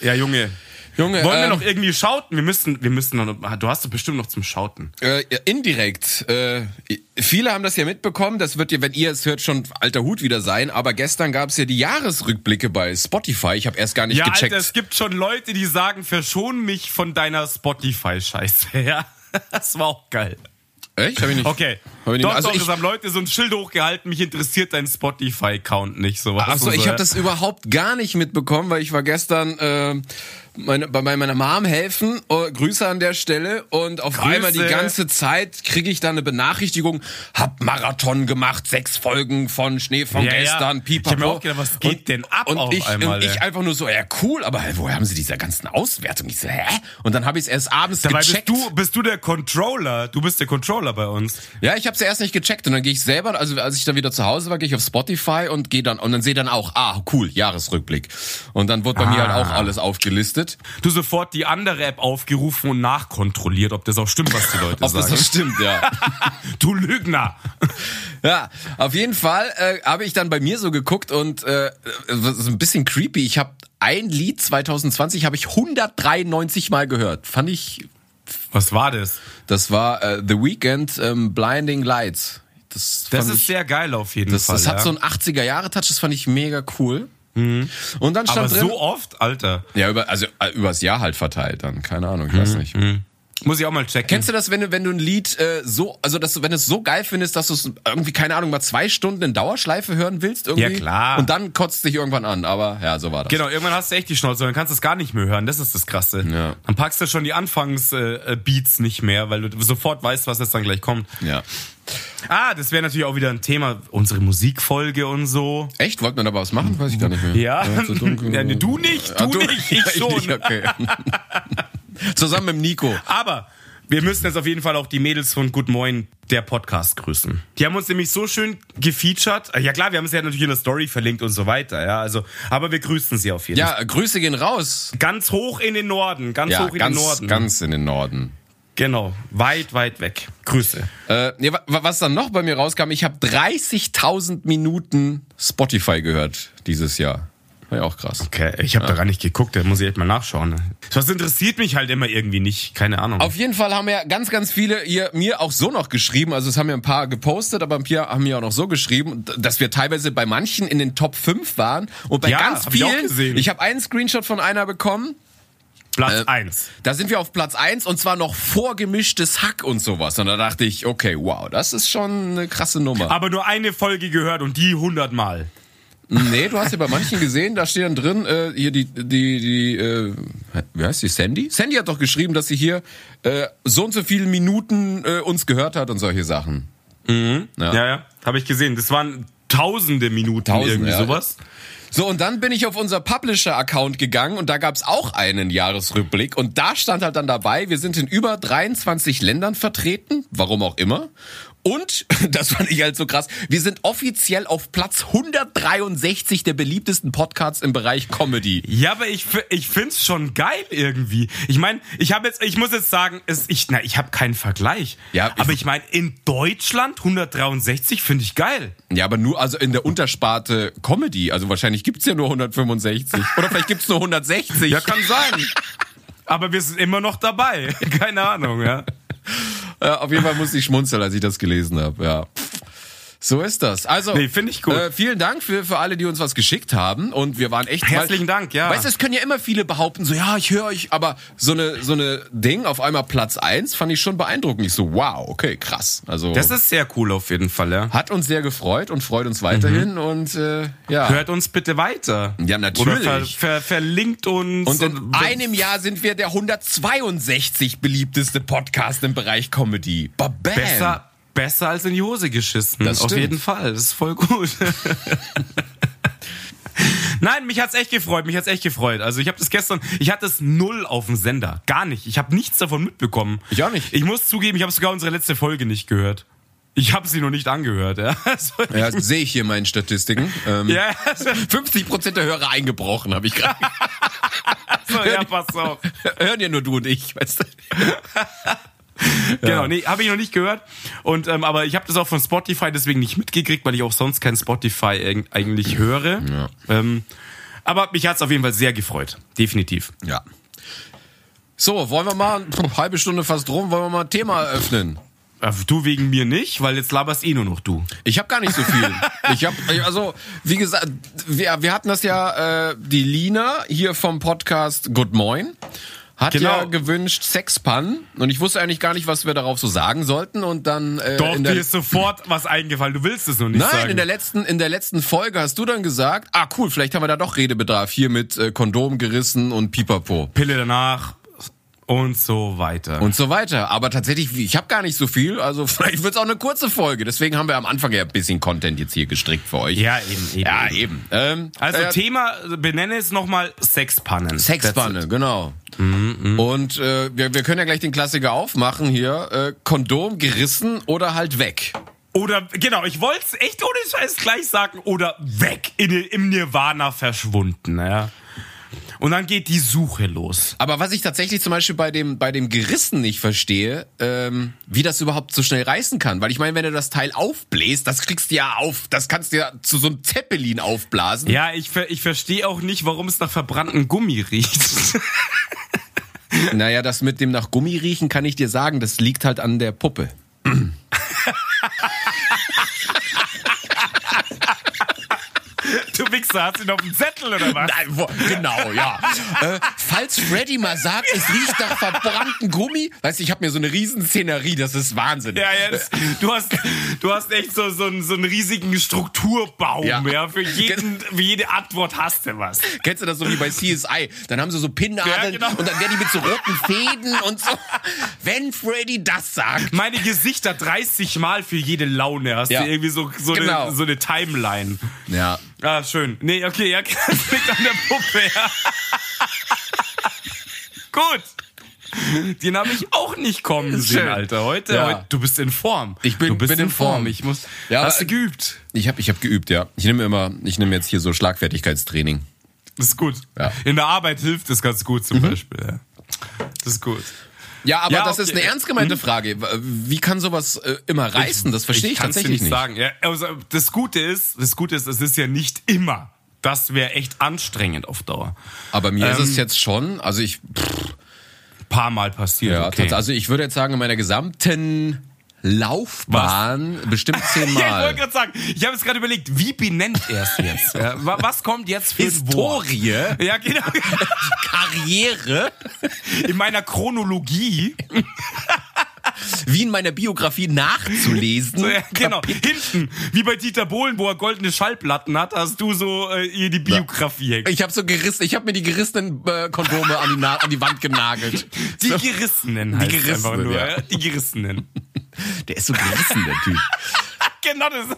Speaker 2: ja Junge.
Speaker 1: Junge,
Speaker 2: Wollen wir
Speaker 1: ähm,
Speaker 2: noch irgendwie schauten? Wir müssen, wir müssen noch, du hast doch bestimmt noch zum Schauten.
Speaker 1: Äh, ja, indirekt. Äh, viele haben das ja mitbekommen. Das wird ja, wenn ihr es hört, schon alter Hut wieder sein. Aber gestern gab es ja die Jahresrückblicke bei Spotify. Ich habe erst gar nicht
Speaker 2: Ja,
Speaker 1: gecheckt.
Speaker 2: Alter, es gibt schon Leute, die sagen, verschon mich von deiner Spotify-Scheiße. Ja, das war auch geil.
Speaker 1: Echt? Hab ich nicht.
Speaker 2: Okay.
Speaker 1: Hab ich nicht.
Speaker 2: doch,
Speaker 1: also
Speaker 2: doch,
Speaker 1: ich,
Speaker 2: es haben Leute so ein Schild hochgehalten, mich interessiert dein Spotify-Account nicht. Sowas.
Speaker 1: Achso, ich habe das überhaupt gar nicht mitbekommen, weil ich war gestern äh, meine, bei bei meiner Mom helfen. Oh, Grüße an der Stelle. Und auf einmal die ganze Zeit kriege ich da eine Benachrichtigung. Hab Marathon gemacht, sechs Folgen von Schnee von
Speaker 2: Ja, ja.
Speaker 1: gestern, Pipapo.
Speaker 2: Ich hab mir auch gedacht, was geht
Speaker 1: und,
Speaker 2: denn ab
Speaker 1: Und
Speaker 2: auf
Speaker 1: ich,
Speaker 2: einmal,
Speaker 1: und ich
Speaker 2: ey?
Speaker 1: einfach nur so, ja cool, aber woher haben sie diese ganzen Auswertungen? Ich so, hä? Und dann habe ich es erst abends
Speaker 2: Dabei bist
Speaker 1: gecheckt.
Speaker 2: du, bist du der Controller. Du bist der Controller bei uns.
Speaker 1: Ja, ich hab's erst nicht gecheckt und dann gehe ich selber, also als ich dann wieder zu Hause war, gehe ich auf Spotify und gehe dann und dann sehe dann auch, ah, cool, Jahresrückblick. Und dann wurde bei mir halt auch
Speaker 2: Ah.
Speaker 1: alles aufgelistet.
Speaker 2: Du sofort die andere App aufgerufen und nachkontrolliert, ob das auch stimmt, was die Leute
Speaker 1: Ob das
Speaker 2: sagen.
Speaker 1: so stimmt, ja.
Speaker 2: du Lügner.
Speaker 1: ja, auf jeden Fall äh, habe ich dann bei mir so geguckt und äh, das ist ein bisschen creepy. Ich habe ein Lied 2020 habe ich 193 Mal gehört. Fand ich,
Speaker 2: Was war das?
Speaker 1: das war äh, The Weeknd ähm, Blinding Lights. Das,
Speaker 2: Das
Speaker 1: fand
Speaker 2: ist
Speaker 1: ich,
Speaker 2: sehr geil auf jeden
Speaker 1: das,
Speaker 2: Fall.
Speaker 1: das hat
Speaker 2: ja. Mhm.
Speaker 1: so einen 80er Jahre Touch, das fand ich mega cool. Und dann stand
Speaker 2: Aber
Speaker 1: drin,
Speaker 2: so oft, Alter.
Speaker 1: Ja, über, also äh, übers Jahr halt verteilt dann, keine Ahnung, ich
Speaker 2: Mhm,
Speaker 1: weiß nicht.
Speaker 2: Muss ich auch mal checken.
Speaker 1: Kennst du das, wenn du, wenn du ein Lied äh, so, also dass du, wenn du es so geil findest, dass du es irgendwie, keine Ahnung, mal zwei Stunden in Dauerschleife hören willst irgendwie?
Speaker 2: Ja, klar.
Speaker 1: Und dann kotzt dich irgendwann an, aber ja, so war das.
Speaker 2: Genau, irgendwann hast du echt die Schnauze, dann kannst du es gar nicht mehr hören. Das ist das Krasse.
Speaker 1: Ja.
Speaker 2: Dann packst du schon die Anfangs-Beats äh, Beats nicht mehr, weil du sofort weißt, was jetzt dann gleich kommt.
Speaker 1: Ja.
Speaker 2: Ah, das wäre natürlich auch wieder ein Thema, unsere Musikfolge und so.
Speaker 1: Echt? Wollte man da was machen? Weiß ich gar nicht mehr.
Speaker 2: Ja,
Speaker 1: so dunkel.
Speaker 2: ja nee, du nicht, du,
Speaker 1: Ah,
Speaker 2: nicht, ich
Speaker 1: Ja,
Speaker 2: schon.
Speaker 1: nicht, okay. Zusammen mit Nico.
Speaker 2: Aber wir müssen jetzt auf jeden Fall auch die Mädels von Good Moin, der Podcast, grüßen. Die haben uns nämlich so schön gefeatured. Ja klar, wir haben sie ja natürlich in der Story verlinkt und so weiter. Ja, also, aber wir grüßen sie auf jeden Fall.
Speaker 1: Ja, Grüße gehen raus.
Speaker 2: Ganz hoch in den Norden, ganz
Speaker 1: Ja,
Speaker 2: hoch in
Speaker 1: ganz,
Speaker 2: den Norden.
Speaker 1: ganz in den Norden.
Speaker 2: Genau, weit, weit weg. Grüße.
Speaker 1: Äh, nee, wa- wa- was dann noch bei mir rauskam, ich habe 30.000 Minuten Spotify gehört dieses Jahr. War ja auch krass.
Speaker 2: Okay, ich habe da gar nicht geguckt, da muss ich echt mal nachschauen. ne? Sowas interessiert mich halt immer irgendwie nicht, keine Ahnung.
Speaker 1: Auf jeden Fall haben ja ganz, ganz viele ihr mir auch so noch geschrieben. Also es haben ja ein paar gepostet, aber ein paar haben mir auch noch so geschrieben, dass wir teilweise bei manchen in den Top 5 waren und bei
Speaker 2: Ja,
Speaker 1: ganz
Speaker 2: hab ich auch
Speaker 1: vielen.
Speaker 2: gesehen.
Speaker 1: ich habe einen Screenshot von einer bekommen. äh,
Speaker 2: Platz eins.
Speaker 1: Da sind wir auf Platz 1 und zwar noch vorgemischtes Hack und sowas. Und da dachte ich, okay, wow, das ist schon eine krasse Nummer.
Speaker 2: Aber nur eine Folge gehört und die hundertmal.
Speaker 1: Nee, du hast ja bei manchen gesehen, da steht dann drin, äh, hier die, die, die, äh, wie heißt die, Sandy? Sandy hat doch geschrieben, dass sie hier äh, so und so viele Minuten äh, uns gehört hat und solche Sachen. Ja.
Speaker 2: Ja, ja, habe ich gesehen. Das waren tausende Minuten
Speaker 1: Tausend,
Speaker 2: irgendwie
Speaker 1: ja.
Speaker 2: sowas.
Speaker 1: So, und dann bin ich auf unser Publisher-Account gegangen und da gab's auch einen Jahresrückblick und da stand halt dann dabei, wir sind in über 23 Ländern vertreten, warum auch immer. Und, das fand ich halt so krass, wir sind offiziell auf Platz 163 der beliebtesten Podcasts im Bereich Comedy.
Speaker 2: Ja, aber ich, fi- ich find's schon geil irgendwie. Ich meine, ich habe jetzt, ich muss jetzt sagen, es, ich, na, ich habe keinen Vergleich.
Speaker 1: Ja, ich-
Speaker 2: aber ich meine, in Deutschland 163 finde ich geil.
Speaker 1: Ja, aber nur also in der Untersparte Comedy. Also wahrscheinlich gibt's ja nur 165. Oder vielleicht gibt's nur 160.
Speaker 2: Ja, kann sein. aber wir sind immer noch dabei. Keine Ahnung, ja.
Speaker 1: Äh, auf jeden Fall musste ich schmunzeln, als ich das gelesen habe. Ja. So ist das. Also,
Speaker 2: Nee, finde ich gut.
Speaker 1: Äh, vielen Dank für, für alle, die uns was geschickt haben. Und wir waren echt. mal-
Speaker 2: Herzlichen Dank, ja.
Speaker 1: Weißt du, es können ja immer viele behaupten, so, ja, ich höre euch. Aber so eine, so eine Ding auf einmal Platz eins fand ich schon beeindruckend. Ich so, wow, okay, krass. Also,
Speaker 2: Das ist sehr cool auf jeden Fall, ja.
Speaker 1: hat uns sehr gefreut und freut uns weiterhin. Und äh, ja.
Speaker 2: Mhm. Hört uns bitte weiter.
Speaker 1: Ja, natürlich.
Speaker 2: Oder ver, ver, verlinkt uns.
Speaker 1: Und in einem Jahr sind wir der 162 beliebteste Podcast im Bereich Comedy. Babam.
Speaker 2: besser, besser als in die Hose geschissen.
Speaker 1: Das
Speaker 2: Auf
Speaker 1: stimmt.
Speaker 2: jeden Fall. Das ist voll gut. Nein, mich hat's echt gefreut, mich hat's echt gefreut. Also ich habe das gestern, ich hatte es null auf dem Sender, gar nicht. Ich habe nichts davon mitbekommen.
Speaker 1: Ich auch nicht.
Speaker 2: Ich muss zugeben, ich habe sogar unsere letzte Folge nicht gehört. Ich habe sie noch nicht angehört. Ja, also,
Speaker 1: Ja, das sehe ich hier in meinen Statistiken. Ähm,
Speaker 2: ja, also,
Speaker 1: 50% der Hörer eingebrochen, habe ich gerade.
Speaker 2: ja pass auf.
Speaker 1: Hören ja nur du und ich, weißt du?
Speaker 2: Genau, nee, habe ich noch nicht gehört. Und ähm, aber ich habe das auch von Spotify deswegen nicht mitgekriegt, weil ich auch sonst kein Spotify eig- eigentlich höre. Ähm, aber mich hat's auf jeden Fall sehr gefreut, definitiv.
Speaker 1: Ja. So, wollen wir mal, pff, halbe Stunde fast rum, wollen wir mal ein Thema eröffnen?
Speaker 2: Äh, Du wegen mir nicht, weil jetzt laberst eh nur noch du.
Speaker 1: Ich habe gar nicht so viel. Ich habe also wie gesagt, wir, wir hatten das ja äh, die Lina hier vom Podcast Good Moin hat
Speaker 2: Genau.
Speaker 1: ja gewünscht Sexpan und ich wusste eigentlich gar nicht, was wir darauf so sagen sollten und dann äh,
Speaker 2: Doch,
Speaker 1: in
Speaker 2: dir
Speaker 1: der,
Speaker 2: ist sofort was eingefallen. Du willst es noch nicht
Speaker 1: Nein,
Speaker 2: sagen.
Speaker 1: in der letzten in der letzten Folge hast du dann gesagt, ah cool, vielleicht haben wir da doch Redebedarf hier mit äh, Kondom gerissen und Pipapo.
Speaker 2: Pille danach und so weiter.
Speaker 1: Und so weiter. Aber tatsächlich, ich habe gar nicht so viel. Also vielleicht wird's auch eine kurze Folge. Deswegen haben wir am Anfang ja ein bisschen Content jetzt hier gestrickt für euch.
Speaker 2: ja, eben, eben.
Speaker 1: ja eben. Ähm,
Speaker 2: Also
Speaker 1: äh,
Speaker 2: Thema, benenne es nochmal Sexpannen. That's
Speaker 1: Sexpanne, genau. Und äh, wir, wir können ja gleich den Klassiker aufmachen hier. Äh, Kondom gerissen oder halt weg.
Speaker 2: Oder, genau, ich wollte es echt ohne Scheiß gleich sagen, oder weg, in, im Nirvana verschwunden, ja. Und dann geht die Suche los.
Speaker 1: Aber was ich tatsächlich zum Beispiel bei dem, bei dem Gerissen nicht verstehe, ähm, wie das überhaupt so schnell reißen kann. Weil ich meine, wenn du das Teil aufbläst, das kriegst du ja auf. Das kannst du ja zu so einem Zeppelin aufblasen.
Speaker 2: Ja, ich, ver- ich verstehe auch nicht, warum es nach verbranntem Gummi riecht.
Speaker 1: Naja, das mit dem nach Gummi riechen kann ich dir sagen, das liegt halt an der Puppe.
Speaker 2: du Wichser, hast ihn auf dem Zettel oder was?
Speaker 1: Nein, wo, genau, ja. äh, falls Freddy mal sagt, es riecht nach verbranntem Gummi, weißt du, ich habe mir so eine Riesenszenerie, das ist Wahnsinn.
Speaker 2: Ja, ja, das, du, hast, du hast echt so, so, einen, so einen riesigen Strukturbaum,
Speaker 1: Ja.
Speaker 2: ja. Für, jeden, für jede Antwort hast du was.
Speaker 1: Kennst du das so wie bei CSI? Dann haben sie so
Speaker 2: Ja,
Speaker 1: Pinnadeln
Speaker 2: genau.
Speaker 1: und dann werden die mit so roten Fäden und so. Wenn Freddy das sagt.
Speaker 2: Meine Gesichter 30 Mal für jede Laune hast
Speaker 1: Ja.
Speaker 2: du irgendwie so, so,
Speaker 1: Genau.
Speaker 2: eine, so eine Timeline.
Speaker 1: Ja.
Speaker 2: Ah, schön. Nee, okay, ja, das liegt an der Puppe, ja. Gut. Den habe ich auch nicht kommen sehen,
Speaker 1: Schön.
Speaker 2: Alter. Heute,
Speaker 1: Ja.
Speaker 2: heute, du bist in Form.
Speaker 1: Ich bin-
Speaker 2: du bist
Speaker 1: bin in Form.
Speaker 2: Ich muss.
Speaker 1: Ja,
Speaker 2: hast
Speaker 1: aber-
Speaker 2: du geübt?
Speaker 1: Ich habe ich hab geübt, ja. Ich nehme immer, ich nehme jetzt hier so Schlagfertigkeitstraining.
Speaker 2: Das ist gut.
Speaker 1: Ja. Mhm.
Speaker 2: In der Arbeit hilft das ganz gut zum Beispiel. Ja. Das ist gut.
Speaker 1: Ja, aber
Speaker 2: Ja,
Speaker 1: das ist
Speaker 2: okay. Mhm.
Speaker 1: eine ernst gemeinte Frage. Wie kann sowas äh, immer reißen? Das verstehe ich,
Speaker 2: kann's dir
Speaker 1: tatsächlich nicht.
Speaker 2: sagen. Ja, also das Gute ist, das Gute ist, es ist ja nicht immer. Das wäre echt anstrengend auf Dauer.
Speaker 1: Aber mir ist
Speaker 2: Ähm.
Speaker 1: es jetzt schon, also ich, pff,
Speaker 2: Paar Mal passiert.
Speaker 1: ja,
Speaker 2: okay.
Speaker 1: tats- also ich würde jetzt sagen, in meiner gesamten Laufbahn bestimmt
Speaker 2: Ja, ich
Speaker 1: zehnmal.
Speaker 2: wollte gerade sagen, ich habe jetzt gerade überlegt, wie benennt er es jetzt? ja, wa- was kommt jetzt für ein
Speaker 1: Historie,
Speaker 2: Wort? Ja, genau.
Speaker 1: Karriere,
Speaker 2: In meiner Chronologie.
Speaker 1: wie in meiner Biografie nachzulesen.
Speaker 2: So, ja, genau. Hinten, wie bei Dieter Bohlen, wo er goldene Schallplatten hat, hast du so äh, hier die Biografie.
Speaker 1: Ich habe so gerissen, ich habe mir die gerissenen äh, Kondome an die, Na an die Wand genagelt.
Speaker 2: Die Gerissenen heißt es einfach
Speaker 1: Gerissenen,
Speaker 2: nur.
Speaker 1: ja.
Speaker 2: ja. Die Gerissenen.
Speaker 1: Der ist so gerissen, der Typ.
Speaker 2: genau das.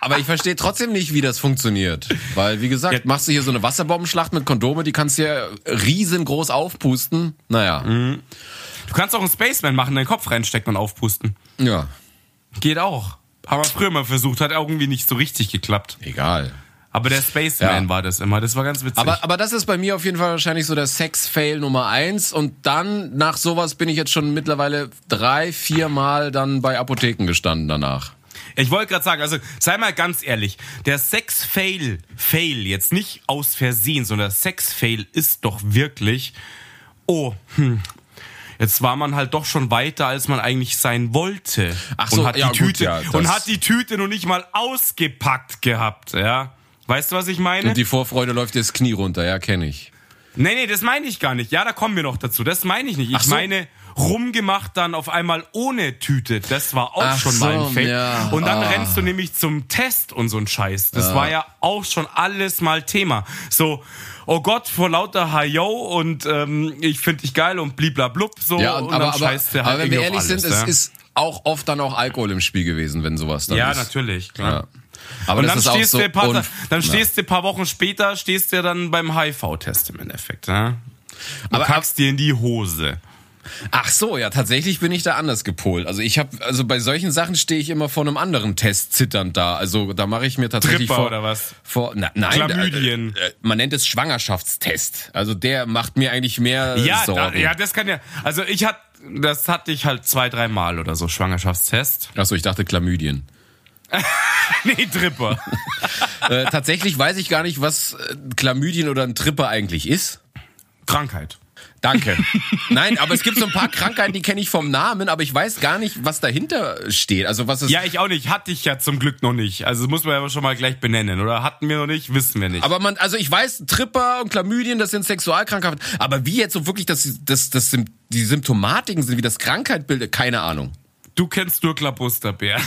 Speaker 1: Aber ich verstehe trotzdem nicht, wie das funktioniert. Weil, wie gesagt,
Speaker 2: Ja.
Speaker 1: machst du hier so eine Wasserbombenschlacht mit Kondome, die kannst du ja riesengroß aufpusten. Naja,
Speaker 2: Mhm. Du kannst auch einen Spaceman machen, deinen Kopf reinstecken und aufpusten.
Speaker 1: ja,
Speaker 2: Geht auch. Haben wir früher mal versucht, hat irgendwie nicht so richtig geklappt.
Speaker 1: egal.
Speaker 2: Aber der Spaceman
Speaker 1: Ja.
Speaker 2: war das immer, das war ganz witzig.
Speaker 1: Aber, aber das ist bei mir auf jeden Fall wahrscheinlich so der Sex-Fail Nummer eins. Und dann, nach sowas, bin ich jetzt schon mittlerweile drei, vier Mal dann bei Apotheken gestanden danach.
Speaker 2: Ich wollte gerade sagen, also sei mal ganz ehrlich, der Sex-Fail, Fail, jetzt nicht aus Versehen, sondern der Sex-Fail ist doch wirklich, oh, hm, jetzt war man halt doch schon weiter, als man eigentlich sein wollte.
Speaker 1: Ach so,
Speaker 2: und hat
Speaker 1: ja,
Speaker 2: die
Speaker 1: gut,
Speaker 2: Tüte,
Speaker 1: ja, das-
Speaker 2: Und hat die Tüte noch nicht mal ausgepackt gehabt, ja. Weißt du, was ich meine?
Speaker 1: Und die Vorfreude läuft dir das Knie runter, ja, kenne ich.
Speaker 2: Nee, nee, das meine ich gar nicht. Ja, da kommen wir noch dazu. Das meine ich nicht. Ich
Speaker 1: Ach so.
Speaker 2: meine rumgemacht dann auf einmal ohne Tüte. Das war auch
Speaker 1: Ach
Speaker 2: schon mal
Speaker 1: so,
Speaker 2: ein Fake.
Speaker 1: ja.
Speaker 2: Und dann
Speaker 1: Ah.
Speaker 2: rennst du nämlich zum Test und so ein Scheiß. Das war ja auch schon alles mal Thema. So, oh Gott, vor lauter Hayo und ähm, ich finde dich geil und bliblablub. So,
Speaker 1: Ja,
Speaker 2: Oh, und
Speaker 1: aber,
Speaker 2: dann
Speaker 1: aber,
Speaker 2: scheißt der halt
Speaker 1: aber wenn wir
Speaker 2: irgendwie
Speaker 1: ehrlich
Speaker 2: auf
Speaker 1: sind,
Speaker 2: alles,
Speaker 1: es
Speaker 2: ja.
Speaker 1: ist auch oft dann auch Alkohol im Spiel gewesen, wenn sowas dann
Speaker 2: Ja,
Speaker 1: ist.
Speaker 2: natürlich, klar.
Speaker 1: Ja. Aber
Speaker 2: Und
Speaker 1: das
Speaker 2: dann
Speaker 1: ist auch
Speaker 2: stehst,
Speaker 1: so
Speaker 2: du ein paar,
Speaker 1: unf-
Speaker 2: dann
Speaker 1: Ja.
Speaker 2: stehst du ein paar Wochen später, stehst du ja dann beim HIV-Test im Endeffekt. Ja? Du
Speaker 1: Aber-
Speaker 2: kackst dir in die Hose.
Speaker 1: Ach so, ja, tatsächlich bin ich da anders gepolt. Also ich habe, also bei solchen Sachen stehe ich immer vor einem anderen Test zitternd da. Also da mache ich mir tatsächlich
Speaker 2: Tripper
Speaker 1: vor,
Speaker 2: oder was?
Speaker 1: vor na, nein,
Speaker 2: Chlamydien.
Speaker 1: Äh, äh, man nennt es Schwangerschaftstest. Also der macht mir eigentlich mehr äh,
Speaker 2: Ja, da,
Speaker 1: Sorgen.
Speaker 2: ja, das kann ja. Also ich hat, das hatte ich halt zwei, dreimal oder so, Schwangerschaftstest.
Speaker 1: Ach so, ich dachte Chlamydien.
Speaker 2: nee, Tripper.
Speaker 1: äh, tatsächlich weiß ich gar nicht, was äh, Chlamydien oder ein Tripper eigentlich ist.
Speaker 2: Krankheit.
Speaker 1: Danke. Nein, aber es gibt so ein paar Krankheiten, die kenne ich vom Namen, aber ich weiß gar nicht, was dahinter steht. Also was es
Speaker 2: Ja, ich auch nicht. Hatte ich ja zum Glück noch nicht. Also muss man ja schon mal gleich benennen, oder? Hatten wir noch nicht, wissen wir nicht.
Speaker 1: Aber man, also ich weiß, Tripper und Chlamydien, das sind Sexualkrankheiten. Aber wie jetzt so wirklich das, das, das, Sym- die Symptomatiken sind, wie das Krankheit bildet, keine Ahnung.
Speaker 2: du kennst nur Klabusterbär.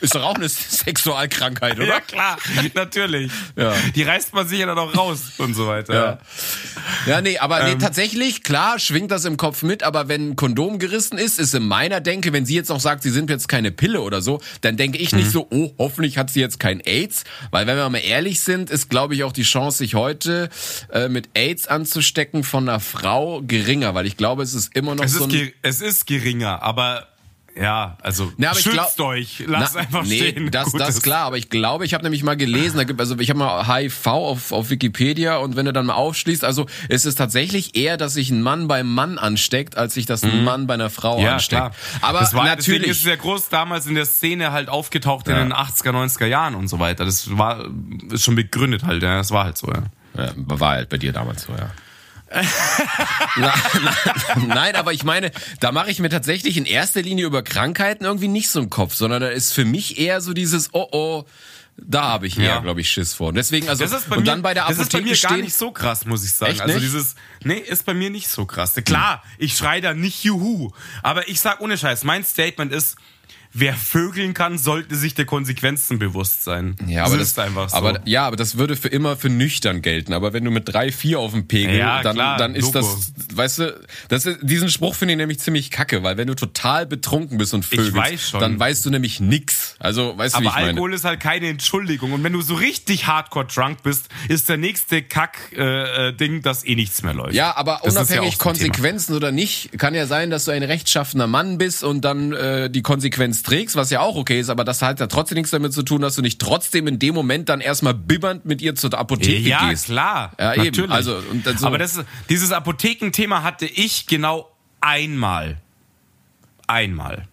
Speaker 1: Ist doch auch eine Sexualkrankheit, oder?
Speaker 2: ja, klar, natürlich.
Speaker 1: Ja.
Speaker 2: Die reißt man sicher dann auch raus und so weiter.
Speaker 1: Ja, nee, aber
Speaker 2: Ähm.
Speaker 1: nee, tatsächlich, klar, schwingt das im Kopf mit, aber wenn ein Kondom gerissen ist, ist in meiner Denke, wenn sie jetzt noch sagt, sie sind jetzt keine Pille oder so, dann denke ich
Speaker 2: Mhm.
Speaker 1: nicht so, oh, hoffentlich hat sie jetzt kein AIDS, weil wenn wir mal ehrlich sind, ist, glaube ich, auch die Chance, sich heute äh, mit AIDS anzustecken von einer Frau geringer, weil ich glaube, es ist immer noch
Speaker 2: Es,
Speaker 1: so
Speaker 2: ist
Speaker 1: ein...
Speaker 2: ge- es ist geringer, aber ja, also
Speaker 1: Na, aber ich
Speaker 2: schützt
Speaker 1: glaub-
Speaker 2: euch. Lasst
Speaker 1: Na,
Speaker 2: einfach
Speaker 1: nee,
Speaker 2: stehen.
Speaker 1: Das,
Speaker 2: Gutes.
Speaker 1: das ist klar, aber ich glaube, ich habe nämlich mal gelesen, da gibt, also ich habe mal HIV auf, auf Wikipedia und wenn du dann mal aufschließt, also es ist tatsächlich eher, dass sich ein Mann beim Mann ansteckt, als sich das ein Mann bei einer Frau
Speaker 2: Mhm. Ja,
Speaker 1: ansteckt.
Speaker 2: klar.
Speaker 1: Aber
Speaker 2: das war, Deswegen ist
Speaker 1: natürlich.
Speaker 2: es ja groß damals in der Szene halt aufgetaucht in den 80er, 90er Jahren und so weiter. Das war ist schon begründet halt, ja. Das war halt so, ja.
Speaker 1: Ja, war halt bei dir damals so, ja. Na, na, nein, aber ich meine, da mache ich mir tatsächlich in erster Linie über Krankheiten irgendwie nicht so einen Kopf, sondern da ist für mich eher so dieses Oh oh, da habe ich eher,
Speaker 2: Ja.
Speaker 1: glaube ich, Schiss vor. Und deswegen, also
Speaker 2: Das ist bei
Speaker 1: und
Speaker 2: mir,
Speaker 1: dann bei der
Speaker 2: das
Speaker 1: Apotheke
Speaker 2: ist bei mir gar
Speaker 1: stehen,
Speaker 2: nicht so krass, muss ich sagen.
Speaker 1: Echt
Speaker 2: also
Speaker 1: nicht?
Speaker 2: dieses, nee, ist bei mir nicht so krass. Klar, ich schreie da nicht Juhu, aber ich sag ohne Scheiß, mein Statement ist, wer vögeln kann, sollte sich der Konsequenzen bewusst sein.
Speaker 1: Ja, aber
Speaker 2: das, ist einfach so.
Speaker 1: Aber, ja, aber das würde für immer für nüchtern gelten. Aber wenn du mit drei, vier auf dem Pegel,
Speaker 2: Ja,
Speaker 1: dann,
Speaker 2: klar,
Speaker 1: dann ist
Speaker 2: Logo.
Speaker 1: das, weißt du, das ist, diesen Spruch finde ich nämlich ziemlich kacke, weil wenn du total betrunken bist und vögelst,
Speaker 2: weiß schon.
Speaker 1: dann weißt du nämlich nix. Also, weißt du, wie
Speaker 2: Aber
Speaker 1: ich meine?
Speaker 2: Alkohol ist halt keine Entschuldigung. Und wenn du so richtig hardcore drunk bist, ist der nächste Kack-Ding, dass eh nichts mehr läuft.
Speaker 1: ja, aber
Speaker 2: Das ist
Speaker 1: unabhängig
Speaker 2: auch so ein Thema.
Speaker 1: Konsequenzen oder nicht, kann ja sein, dass du ein rechtschaffener Mann bist und dann äh, die Konsequenz trägst, was ja auch okay ist, aber das hat ja trotzdem nichts damit zu tun, dass du nicht trotzdem in dem Moment dann erstmal bibbernd mit ihr zur Apotheke
Speaker 2: ja,
Speaker 1: gehst.
Speaker 2: klar.
Speaker 1: Ja, eben.
Speaker 2: natürlich.
Speaker 1: Also, und dann so-
Speaker 2: Aber das, dieses Apothekenthema hatte ich genau einmal. Einmal.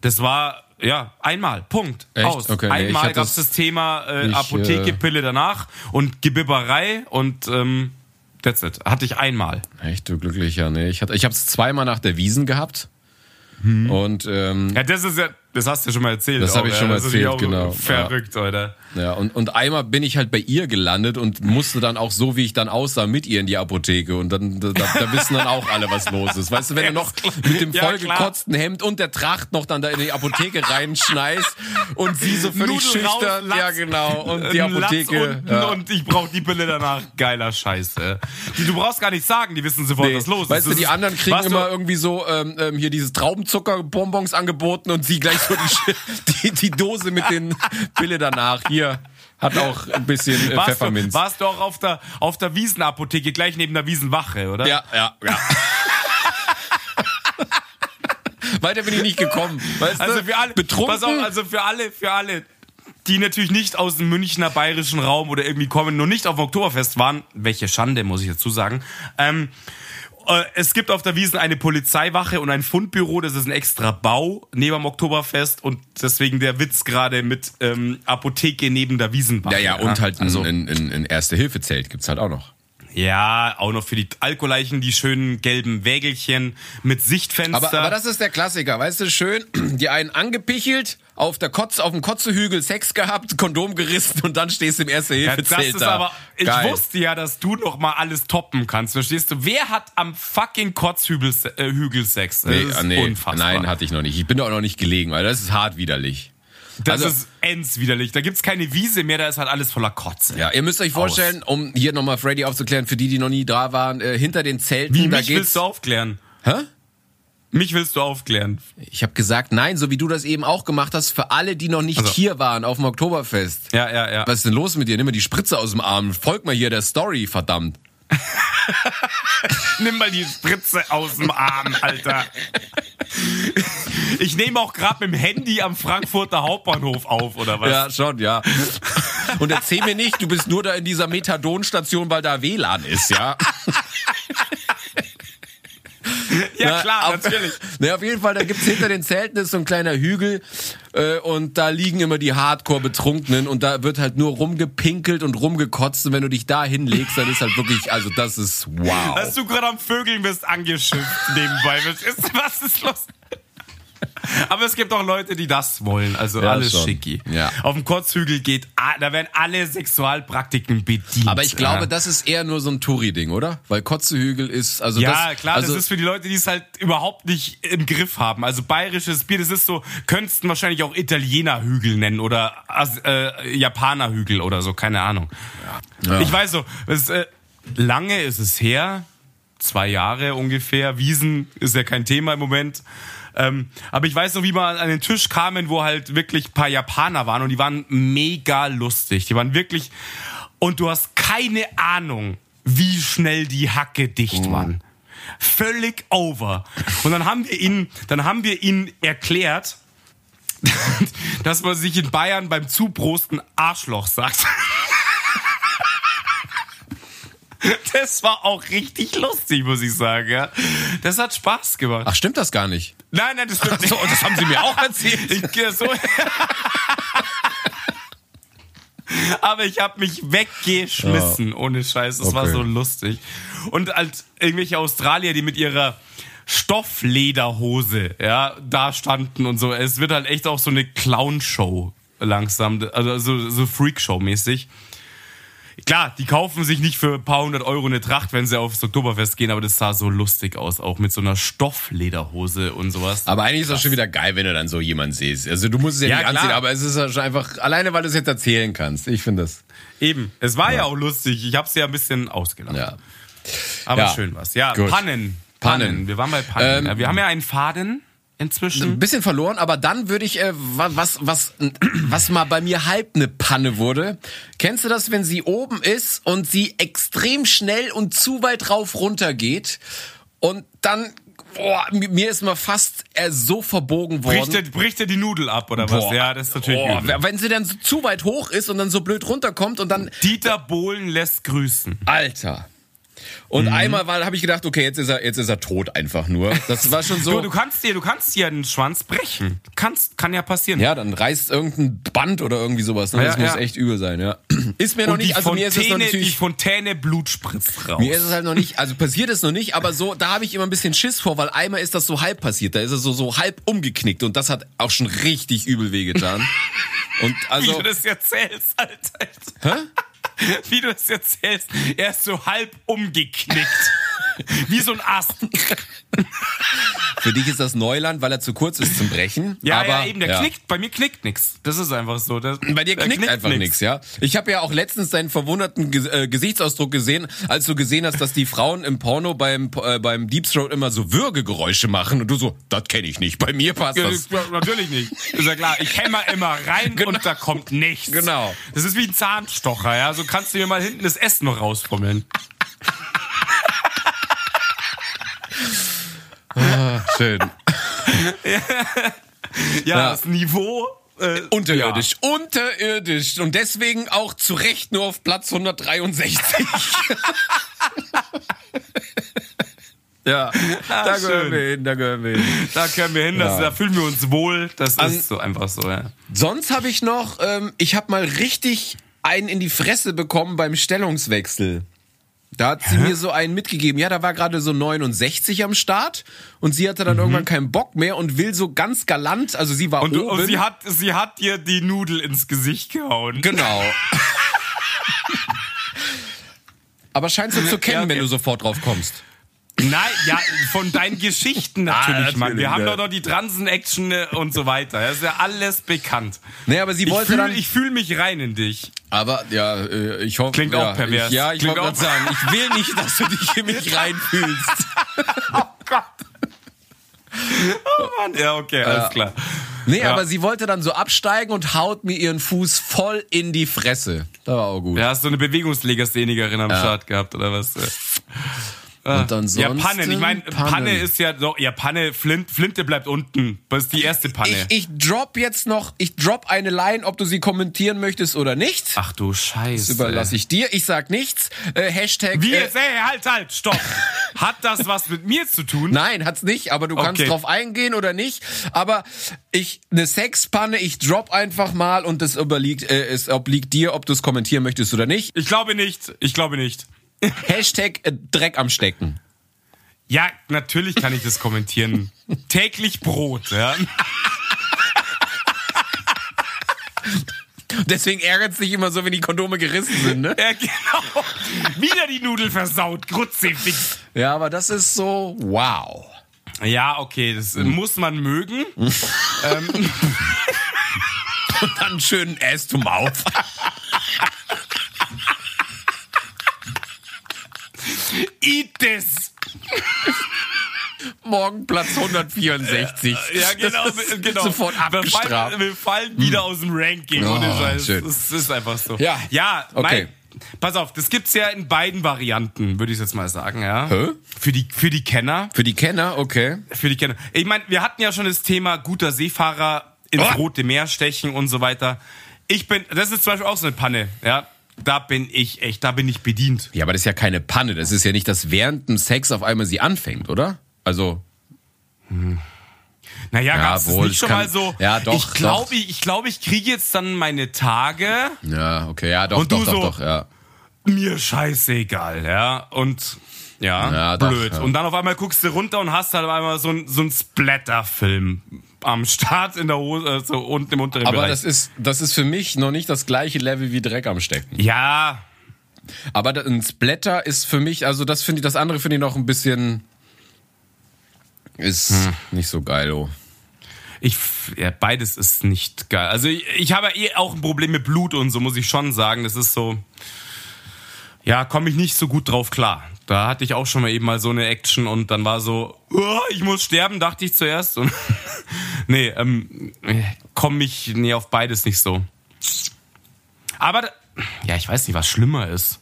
Speaker 2: Das war Ja, einmal. Punkt.
Speaker 1: Echt?
Speaker 2: Aus.
Speaker 1: Okay, nee, ich
Speaker 2: einmal
Speaker 1: hatte
Speaker 2: gab es
Speaker 1: das-
Speaker 2: das Thema äh,
Speaker 1: ich,
Speaker 2: Apotheke,
Speaker 1: äh,
Speaker 2: Pille danach und Gebibberei und ähm, that's it. Hatte ich einmal.
Speaker 1: Echt, du glücklicher, ne? Ich, hatte- ich habe es zweimal nach der Wiesen gehabt.
Speaker 2: Hm.
Speaker 1: Und ähm,
Speaker 2: Ja, das ist ja, das hast du ja schon mal erzählt. Also
Speaker 1: Das hab ich
Speaker 2: auch,
Speaker 1: schon mal
Speaker 2: ja. ist ja
Speaker 1: erzählt, genau.
Speaker 2: Verrückt, Alter.
Speaker 1: Ja, und, und einmal bin ich halt bei ihr gelandet und musste dann auch so, wie ich dann aussah, mit ihr in die Apotheke. Und dann da, da wissen dann auch alle, was los ist. Weißt du, wenn du noch mit dem
Speaker 2: Ja, klar.
Speaker 1: vollgekotzten Hemd und der Tracht noch dann da in die Apotheke reinschneist und sie so völlig
Speaker 2: Nudel raus,
Speaker 1: schüchtern.
Speaker 2: Latz,
Speaker 1: ja, genau. Und die
Speaker 2: Ein Äh, Latz
Speaker 1: Apotheke.
Speaker 2: unten
Speaker 1: Ja.
Speaker 2: Und ich brauche die Pille danach. Geiler Scheiß. Äh. Die, du brauchst gar nicht sagen, die wissen sofort, was los ist.
Speaker 1: weißt du,
Speaker 2: Das
Speaker 1: die
Speaker 2: ist.
Speaker 1: anderen kriegen
Speaker 2: Warst du-
Speaker 1: immer irgendwie so ähm, ähm, hier dieses Traubenzuckerbonbons angeboten und sie gleich so die, die, die Dose mit den Pille danach. Hier hat auch ein bisschen äh,
Speaker 2: warst du,
Speaker 1: Pfefferminz.
Speaker 2: warst du auch auf der, auf der Wiesenapotheke, gleich neben der Wiesenwache, oder?
Speaker 1: Ja, ja, ja. Weiter bin ich nicht gekommen. Weißt
Speaker 2: Also
Speaker 1: du?
Speaker 2: für alle,
Speaker 1: Ne? betrunken.
Speaker 2: Pass auf, also für alle, für alle, die natürlich nicht aus dem Münchner bayerischen Raum oder irgendwie kommen, nur nicht auf dem Oktoberfest waren, welche Schande, muss ich dazu sagen. Ähm, äh, es gibt auf der Wiesn eine Polizeiwache und ein Fundbüro, das ist ein extra Bau neben dem Oktoberfest und deswegen der Witz gerade mit ähm, Apotheke neben der Wiesenwache.
Speaker 1: ja, ja, und halt ein,
Speaker 2: also,
Speaker 1: ein, ein, ein Erste-Hilfe-Zelt gibt's halt auch noch.
Speaker 2: Ja, auch noch für die Alkoleichen die schönen gelben Wägelchen mit Sichtfenster.
Speaker 1: Aber, aber das ist der Klassiker, weißt du, schön, die einen angepichelt, auf, der Kotz, auf dem Kotzehügel Sex gehabt, Kondom gerissen und dann stehst du im
Speaker 2: Ja, das
Speaker 1: Erste-Hilfe-Zelt
Speaker 2: ist
Speaker 1: da.
Speaker 2: aber, ich
Speaker 1: Geil.
Speaker 2: wusste ja, dass du noch mal alles toppen kannst, verstehst du? Wer hat am fucking Kotzhügel Se- äh, Hügel Sex? Das
Speaker 1: Nee,
Speaker 2: ist
Speaker 1: ah, nee,
Speaker 2: unfassbar.
Speaker 1: nein, hatte ich noch nicht. Ich bin da auch noch nicht gelegen, weil das ist hart widerlich.
Speaker 2: das
Speaker 1: also-
Speaker 2: ist ends widerlich. Da gibt's keine Wiese mehr, da ist halt alles voller Kotze.
Speaker 1: Ja, ihr müsst euch vorstellen, um hier nochmal Freddy aufzuklären, für die, die noch nie da waren, äh, hinter den Zelten,
Speaker 2: Wie,
Speaker 1: da
Speaker 2: mich
Speaker 1: geht's...
Speaker 2: willst du aufklären?
Speaker 1: Hä?
Speaker 2: Mich willst du aufklären?
Speaker 1: Ich habe gesagt, nein, so wie du das eben auch gemacht hast, für alle, die noch nicht
Speaker 2: Also.
Speaker 1: hier waren auf dem Oktoberfest.
Speaker 2: Ja, ja, ja.
Speaker 1: Was ist denn los mit dir? Nimm mal die Spritze aus dem Arm. Folg mal hier der Story, verdammt.
Speaker 2: Nimm mal die Spritze aus dem Arm, Alter. Ich nehme auch gerade mit dem Handy am Frankfurter Hauptbahnhof auf, oder was?
Speaker 1: Ja, schon, ja. Und erzähl mir nicht, du bist nur da in dieser Methadonstation, weil da WLAN ist, ja?
Speaker 2: Ja, klar,
Speaker 1: Na, auf,
Speaker 2: natürlich.
Speaker 1: Na, auf jeden Fall, da gibt's hinter den Zelten ist so ein kleiner Hügel äh, und da liegen immer die Hardcore-Betrunkenen und da wird halt nur rumgepinkelt und rumgekotzt und wenn du dich da hinlegst, dann ist halt wirklich, also das ist wow.
Speaker 2: Dass du gerade am Vögeln bist, angeschifft nebenbei. Was ist, was ist los? Aber es gibt auch Leute, die das wollen. Also
Speaker 1: Ja,
Speaker 2: alles
Speaker 1: schon.
Speaker 2: schicki.
Speaker 1: Ja.
Speaker 2: Auf dem Kotzhügel geht, a- da werden alle Sexualpraktiken bedient.
Speaker 1: Aber ich glaube,
Speaker 2: Ja.
Speaker 1: das ist eher nur so ein Touri-Ding, oder? Weil Kotzehügel ist, also
Speaker 2: Ja,
Speaker 1: das,
Speaker 2: klar,
Speaker 1: also,
Speaker 2: das ist für die Leute, die es halt überhaupt nicht im Griff haben. Also bayerisches Bier, das ist so, könntest du wahrscheinlich auch Italienerhügel nennen oder As- äh, Japanerhügel oder so, keine Ahnung.
Speaker 1: Ja.
Speaker 2: Ich weiß so, es, äh, lange ist es her, zwei Jahre ungefähr. Wiesen ist ja kein Thema im Moment. Ähm, aber ich weiß noch, wie wir an den Tisch kamen, wo halt wirklich ein paar Japaner waren und die waren mega lustig. Die waren wirklich. Und du hast keine Ahnung, wie schnell die Hacke dicht waren. Völlig over. Und dann haben wir ihnen, dann haben wir ihnen erklärt, dass man sich in Bayern beim Zuprosten Arschloch sagt. Das war auch richtig lustig, muss ich sagen. Ja. Das hat Spaß gemacht.
Speaker 1: Ach, stimmt das gar nicht?
Speaker 2: Nein, nein, das stimmt nicht.
Speaker 1: so, das haben sie mir auch erzählt.
Speaker 2: Ich, äh, so. Aber ich habe mich weggeschmissen, ohne Scheiß. Das war
Speaker 1: Okay.
Speaker 2: so lustig. Und als irgendwelche Australier, die mit ihrer Stofflederhose ja, da standen und so. Es wird halt echt auch so eine Clown-Show langsam, also so, so Freakshow-mäßig. Klar, die kaufen sich nicht für ein paar hundert Euro eine Tracht, wenn sie aufs Oktoberfest gehen, aber das sah so lustig aus, auch mit so einer Stofflederhose und sowas.
Speaker 1: Aber eigentlich ist das schon wieder geil, wenn du dann so jemanden siehst. Also du musst es ja,
Speaker 2: Ja,
Speaker 1: nicht
Speaker 2: klar.
Speaker 1: anziehen, aber es ist ja schon einfach, alleine weil du es jetzt erzählen kannst. Ich finde das,
Speaker 2: Eben, es war ja, auch lustig. Ich habe sie ja ein bisschen ausgelacht.
Speaker 1: ja.
Speaker 2: Aber
Speaker 1: Ja.
Speaker 2: schön was. Ja,
Speaker 1: Gut.
Speaker 2: Pannen. Pannen.
Speaker 1: Pannen.
Speaker 2: Wir waren bei Pannen.
Speaker 1: Ähm,
Speaker 2: Ja, wir haben ja einen Faden inzwischen.
Speaker 1: Ein bisschen verloren, aber dann würde ich, äh, wa- was, was, was mal bei mir halb eine Panne wurde. Kennst du das, wenn sie oben ist und sie extrem schnell und zu weit rauf runter geht und dann, boah, mi- mir ist mal fast äh, so verbogen worden.
Speaker 2: Bricht dir, bricht dir die Nudel ab oder was?
Speaker 1: Boah.
Speaker 2: Ja, das ist natürlich
Speaker 1: Boah,
Speaker 2: übel.
Speaker 1: Wenn sie dann so zu weit hoch ist und dann so blöd runterkommt und dann,
Speaker 2: Dieter Bohlen lässt grüßen.
Speaker 1: Alter. Und
Speaker 2: Mhm.
Speaker 1: einmal habe ich gedacht, okay, jetzt ist er, jetzt ist er tot einfach nur. Das war schon
Speaker 2: Du,
Speaker 1: so.
Speaker 2: du kannst dir, du kannst dir einen Schwanz brechen. Kannst, kann ja passieren.
Speaker 1: ja, dann reißt irgendein Band oder irgendwie sowas. Ne?
Speaker 2: Ja,
Speaker 1: Das muss
Speaker 2: ja.
Speaker 1: echt übel sein, ja. Ist mir noch
Speaker 2: Und die
Speaker 1: nicht, also mir
Speaker 2: Fontäne,
Speaker 1: ist es noch
Speaker 2: die
Speaker 1: natürlich.
Speaker 2: Fontäne Blut spritzt raus.
Speaker 1: Mir ist es halt noch nicht, also passiert es noch nicht, aber so, da habe ich immer ein bisschen Schiss vor, weil einmal ist das so halb passiert, da ist es so, so halb umgeknickt und das hat auch schon richtig übel wehgetan. Und
Speaker 2: Wie
Speaker 1: also,
Speaker 2: du das erzählst, Alter. Wie du das erzählst. Er ist so halb umgeknickt. Wie so ein Ast.
Speaker 1: für dich ist das Neuland, weil er zu kurz ist zum Brechen.
Speaker 2: Ja,
Speaker 1: aber,
Speaker 2: ja, eben, der knickt. Bei mir knickt nix. Das ist einfach so. Das,
Speaker 1: Bei dir
Speaker 2: der
Speaker 1: knickt, einfach nichts, ja. Ich habe ja auch letztens deinen verwunderten Ge äh, Gesichtsausdruck gesehen, als du gesehen hast, dass die Frauen im Porno beim äh, beim Deep Throat immer so Würgegeräusche machen und du so, das kenne ich nicht. Bei mir passt
Speaker 2: Ja,
Speaker 1: das.
Speaker 2: das, natürlich nicht. Ist ja klar. Ich hämmer immer rein und da kommt nichts.
Speaker 1: Genau.
Speaker 2: Das ist wie ein Zahnstocher, ja. So kannst du mir mal hinten das Essen noch rausfummeln.
Speaker 1: Schön.
Speaker 2: Ja,
Speaker 1: Ja.
Speaker 2: das Niveau. Äh,
Speaker 1: Unterirdisch, unterirdisch und deswegen auch zu Recht nur auf Platz 163. ja, da gehören
Speaker 2: schön.
Speaker 1: wir hin, da gehören wir hin.
Speaker 2: Da können wir hin, das,
Speaker 1: Ja.
Speaker 2: da fühlen wir uns wohl. Das
Speaker 1: An-
Speaker 2: ist so einfach so, ja.
Speaker 1: Sonst habe ich noch, ähm, ich habe mal richtig einen in die Fresse bekommen beim Stellungswechsel. Da hat sie mir so einen mitgegeben. Ja, da war gerade so 69 am Start und sie hatte dann irgendwann keinen Bock mehr und will so ganz galant, also sie war
Speaker 2: Mhm. Und, du,
Speaker 1: oben.
Speaker 2: und sie, hat, sie hat dir die Nudel ins Gesicht gehauen.
Speaker 1: genau. Aber scheinst du zu kennen,
Speaker 2: Ja, okay.
Speaker 1: wenn du sofort drauf kommst.
Speaker 2: Nein, ja, von deinen Geschichten natürlich,
Speaker 1: Ah, natürlich,
Speaker 2: Mann. Wir haben
Speaker 1: ja.
Speaker 2: doch noch die Transen-Action äh, und so weiter. Das ist ja alles bekannt.
Speaker 1: Nee, aber sie
Speaker 2: Ich
Speaker 1: wollte
Speaker 2: fühle
Speaker 1: dann-
Speaker 2: ich fühl mich rein in dich.
Speaker 1: Aber ja, äh, ich hoffe.
Speaker 2: Klingt
Speaker 1: ja,
Speaker 2: auch pervers.
Speaker 1: Ich, ja, ich
Speaker 2: Klingt
Speaker 1: wollte gerade
Speaker 2: auch-
Speaker 1: sagen, ich will nicht, dass du dich in mich reinfühlst.
Speaker 2: Gott. Oh Mann. Ja, okay, alles klar.
Speaker 1: Nee,
Speaker 2: Ja.
Speaker 1: aber sie wollte dann so absteigen und haut mir ihren Fuß voll in die Fresse. Da war auch gut.
Speaker 2: Ja, hast du eine Bewegungslegasthänikerin am Start gehabt, oder was? Ah.
Speaker 1: und
Speaker 2: Ja,
Speaker 1: ansonsten-
Speaker 2: Pannen. Ich meine, Panne.
Speaker 1: Pannen.
Speaker 2: ist ja doch, ja, Panne, Flint, Flinte bleibt unten. Das ist die erste Panne.
Speaker 1: Ich, ich drop jetzt noch, ich drop eine Line, ob du sie kommentieren möchtest oder nicht.
Speaker 2: Ach du Scheiße.
Speaker 1: das überlasse ich dir. Ich sag nichts. Äh, Hashtag.
Speaker 2: Wie
Speaker 1: äh,
Speaker 2: jetzt? Hey, halt, halt, stopp. Hat das was mit mir zu tun?
Speaker 1: Nein, hat's nicht, aber du kannst
Speaker 2: Okay.
Speaker 1: drauf eingehen oder nicht. Aber ich, eine Sexpanne, ich drop einfach mal und das überliegt, äh, es obliegt dir, ob du es kommentieren möchtest oder nicht.
Speaker 2: Ich glaube nicht. Ich glaube nicht.
Speaker 1: Hashtag äh, Dreck am Stecken.
Speaker 2: Ja, natürlich kann ich das kommentieren. Täglich Brot, ja.
Speaker 1: Deswegen ärgert es dich immer so, wenn die Kondome gerissen sind, ne?
Speaker 2: Ja, genau. Wieder die Nudel versaut. Grutzefix.
Speaker 1: Ja, aber das ist so wow.
Speaker 2: Ja, okay, das
Speaker 1: Mhm.
Speaker 2: äh, muss man mögen.
Speaker 1: Und dann schönen Ass to Mouth.
Speaker 2: Eat this!
Speaker 1: Morgen Platz 164.
Speaker 2: Ja, genau,
Speaker 1: Das ist
Speaker 2: genau.
Speaker 1: Sofort
Speaker 2: Wir fallen,
Speaker 1: abgestraft. Mhm.
Speaker 2: wir fallen wieder aus dem Ranking,
Speaker 1: Oh,
Speaker 2: ohne Scheiß.
Speaker 1: schön.
Speaker 2: Das ist einfach so.
Speaker 1: Ja.
Speaker 2: Ja,
Speaker 1: Okay.
Speaker 2: mein, pass auf, das gibt's ja in beiden Varianten, würde ich jetzt mal sagen, ja.
Speaker 1: Hä?
Speaker 2: Für die, für die Kenner.
Speaker 1: Für die Kenner, okay.
Speaker 2: Für die Kenner. Ich meine, wir hatten ja schon das Thema guter Seefahrer ins
Speaker 1: Oh.
Speaker 2: Rote Meer stechen und so weiter. Ich bin, das ist zum Beispiel auch so eine Panne, ja. Da bin ich echt, da bin ich bedient.
Speaker 1: Ja, aber das ist ja keine Panne. Das ist ja nicht, dass während dem Sex auf einmal sie anfängt, oder? Also,
Speaker 2: Naja,
Speaker 1: Ja,
Speaker 2: gab's
Speaker 1: wohl,
Speaker 2: es nicht
Speaker 1: es
Speaker 2: schon
Speaker 1: kann-
Speaker 2: mal so.
Speaker 1: Ja, doch,
Speaker 2: Ich glaube,
Speaker 1: doch.
Speaker 2: ich, ich, glaub, ich kriege jetzt dann meine Tage.
Speaker 1: ja, okay, ja, doch,
Speaker 2: Und
Speaker 1: doch,
Speaker 2: du
Speaker 1: doch,
Speaker 2: so?
Speaker 1: doch, ja.
Speaker 2: Mir scheißegal, ja. Und ja,
Speaker 1: Ja, doch,
Speaker 2: blöd.
Speaker 1: ja.
Speaker 2: Und dann auf einmal guckst du runter und hast halt auf einmal so einen so ein Splatter-Film am Start in der Hose, äh, so unten im unteren
Speaker 1: Aber
Speaker 2: Bereich.
Speaker 1: das ist, das ist für mich noch nicht das gleiche Level wie Dreck am Stecken.
Speaker 2: ja,
Speaker 1: Aber da- ein Splatter ist für mich, also das finde ich, das andere finde ich noch ein bisschen, ist
Speaker 2: Hm.
Speaker 1: nicht so geil, oh.
Speaker 2: ich, f- ja, beides ist nicht geil. Also ich, ich habe ja eh auch ein Problem mit Blut und so, muss ich schon sagen. Das ist so, ja, komme ich nicht so gut drauf klar. Da hatte ich auch schon mal eben mal so eine Action und dann war so, "Oh, ich muss sterben, dachte ich zuerst. Und nee, ähm, komme ich nee, auf beides nicht so. Aber, da- ja, ich weiß nicht, was schlimmer ist.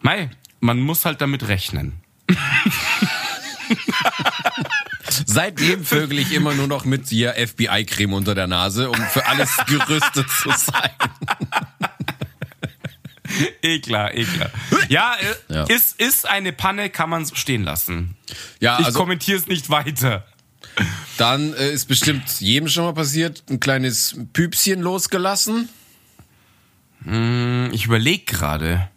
Speaker 2: Mei, man muss halt damit rechnen.
Speaker 1: Seitdem vögel ich immer nur noch mit dir FBI-Creme unter der Nase, um für alles gerüstet zu sein.
Speaker 2: Eh klar, eh klar. Ja, äh,
Speaker 1: Ja.
Speaker 2: Ist, ist eine Panne, kann man so stehen lassen.
Speaker 1: Ja,
Speaker 2: Ich
Speaker 1: also
Speaker 2: kommentiere es nicht weiter.
Speaker 1: dann äh, ist bestimmt jedem schon mal passiert, ein kleines Püpschen losgelassen.
Speaker 2: Hm, Ich überlege gerade.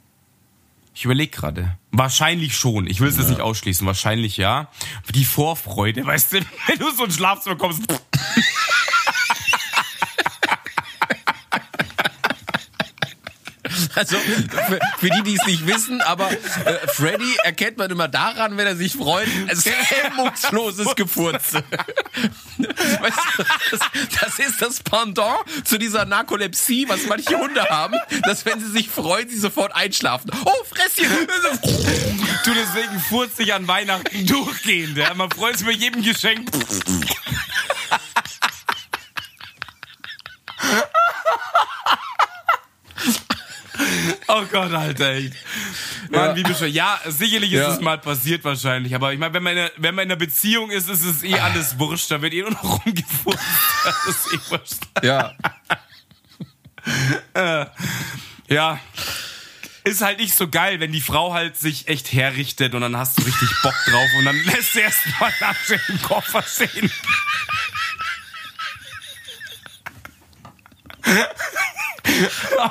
Speaker 2: Ich überlege gerade. Wahrscheinlich schon. Ich will es jetzt nicht ausschließen. Wahrscheinlich ja. Aber Die Vorfreude, weißt du, wenn du so ein Schlafzimmer kommst.
Speaker 1: Also für, für die, die es nicht wissen, aber äh, Freddy erkennt man immer daran, wenn er sich freut, es ist hemmungsloses Gefurze. Weißt du, das, das ist das Pendant zu dieser Narkolepsie, was manche Hunde haben, dass wenn sie sich freuen, sie sofort einschlafen. Oh, Fresschen!
Speaker 2: Du deswegen furzt dich an Weihnachten durchgehend. Ja? Man freut sich bei jedem Geschenk. Oh Gott, Alter, echt. Mann,
Speaker 1: Ja.
Speaker 2: wie bescheuert. Ja, sicherlich ist
Speaker 1: Ja.
Speaker 2: es mal passiert wahrscheinlich, aber ich meine, wenn man, in einer, wenn man in einer Beziehung ist, ist es eh alles wurscht, da wird eh nur noch rumgefurzt. Das ist eh wurscht.
Speaker 1: Ja,
Speaker 2: Ja. Ist halt nicht so geil, wenn die Frau halt sich echt herrichtet und dann hast du richtig Bock drauf und dann lässt du erst mal Asche im Koffer sehen.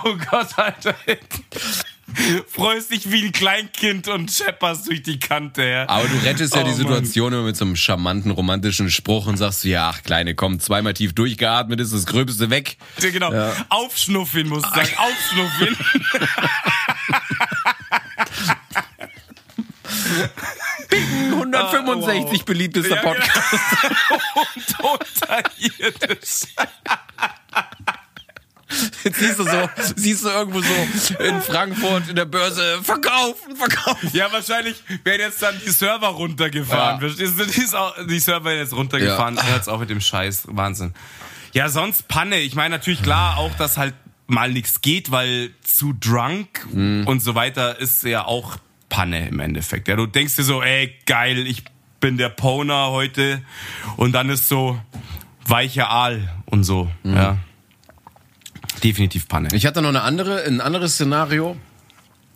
Speaker 2: Oh Gott, Alter. Freust dich wie ein Kleinkind und schepperst durch die Kante. Ja.
Speaker 1: aber du rettest ja
Speaker 2: Oh,
Speaker 1: die
Speaker 2: Mann.
Speaker 1: Situation immer mit so einem charmanten, romantischen Spruch und sagst, ja, ach Kleine, komm, zweimal tief durchgeatmet ist das Gröbste weg.
Speaker 2: Ja, genau. Aufschnuffin, muss ich sagen. Aufschnuffin. Ah, wow.
Speaker 1: beliebtester
Speaker 2: Ja, genau. Und unterirdisch.
Speaker 1: Jetzt siehst du so, siehst du irgendwo so in Frankfurt in der Börse verkaufen, verkaufen.
Speaker 2: Ja, wahrscheinlich werden jetzt dann die Server runtergefahren.
Speaker 1: Ja.
Speaker 2: Verstehst du? Die, ist auch, die Server werden jetzt runtergefahren.
Speaker 1: Ja.
Speaker 2: Hört's auch mit dem Scheiß. Wahnsinn. Ja, sonst Panne. Ich meine natürlich klar auch, dass halt mal nichts geht, weil zu drunk
Speaker 1: Mhm.
Speaker 2: und so weiter ist ja auch Panne im Endeffekt. Ja, du denkst dir so, ey, geil, ich bin der Poner heute. Und dann ist so weicher Aal und so. Ja. Definitiv Panne.
Speaker 1: Mhm. Ich hatte noch eine andere, ein anderes Szenario.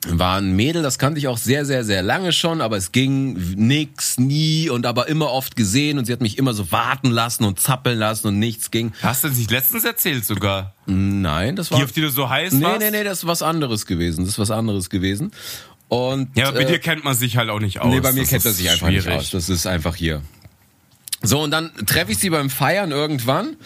Speaker 1: War ein Mädel, das kannte ich auch sehr, sehr, sehr lange schon, aber es ging nix, nie und aber immer oft gesehen und sie hat mich immer so warten lassen und zappeln lassen und nichts ging.
Speaker 2: Hast du das nicht letztens erzählt sogar?
Speaker 1: Nein, das war.
Speaker 2: Die, auf die du so heiß
Speaker 1: nee,
Speaker 2: warst?
Speaker 1: nee, nee, das ist was anderes gewesen. Das ist was anderes gewesen. Und,
Speaker 2: Ja, aber bei
Speaker 1: äh,
Speaker 2: dir kennt man sich halt auch nicht aus.
Speaker 1: Nee, bei mir
Speaker 2: Das
Speaker 1: kennt
Speaker 2: ist
Speaker 1: er sich einfach nicht aus. Das ist einfach hier. So, und dann treffe ich sie beim Feiern irgendwann.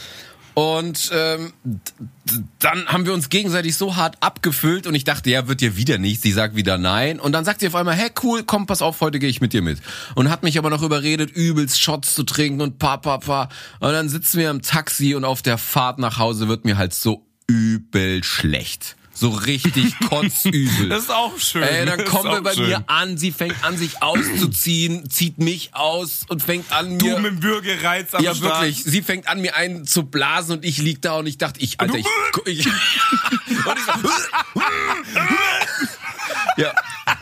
Speaker 1: Und ähm, d- d- dann haben wir uns gegenseitig so hart abgefüllt und ich dachte, ja, wird dir wieder nicht. Sie sagt wieder nein. Und dann sagt sie auf einmal, hey, cool, komm, pass auf, heute gehe ich mit dir mit. Und hat mich aber noch überredet, übelst Shots zu trinken und pa, pa, pa. Und dann sitzen wir im Taxi und auf der Fahrt nach Hause wird mir halt so übel schlecht. So richtig kotzübel.
Speaker 2: Das ist auch schön.
Speaker 1: Ey, dann
Speaker 2: Das ist
Speaker 1: kommen wir
Speaker 2: auch
Speaker 1: bei
Speaker 2: schön.
Speaker 1: mir an, sie fängt an, sich auszuziehen, zieht mich aus und fängt an
Speaker 2: Du
Speaker 1: mir.
Speaker 2: mit dem Bürgerreiz am
Speaker 1: ja,
Speaker 2: Start.
Speaker 1: wirklich. Sie fängt an, mir einen zu blasen und ich lieg da und ich dachte, ich, Alter, ich. ich, und ich so, ja,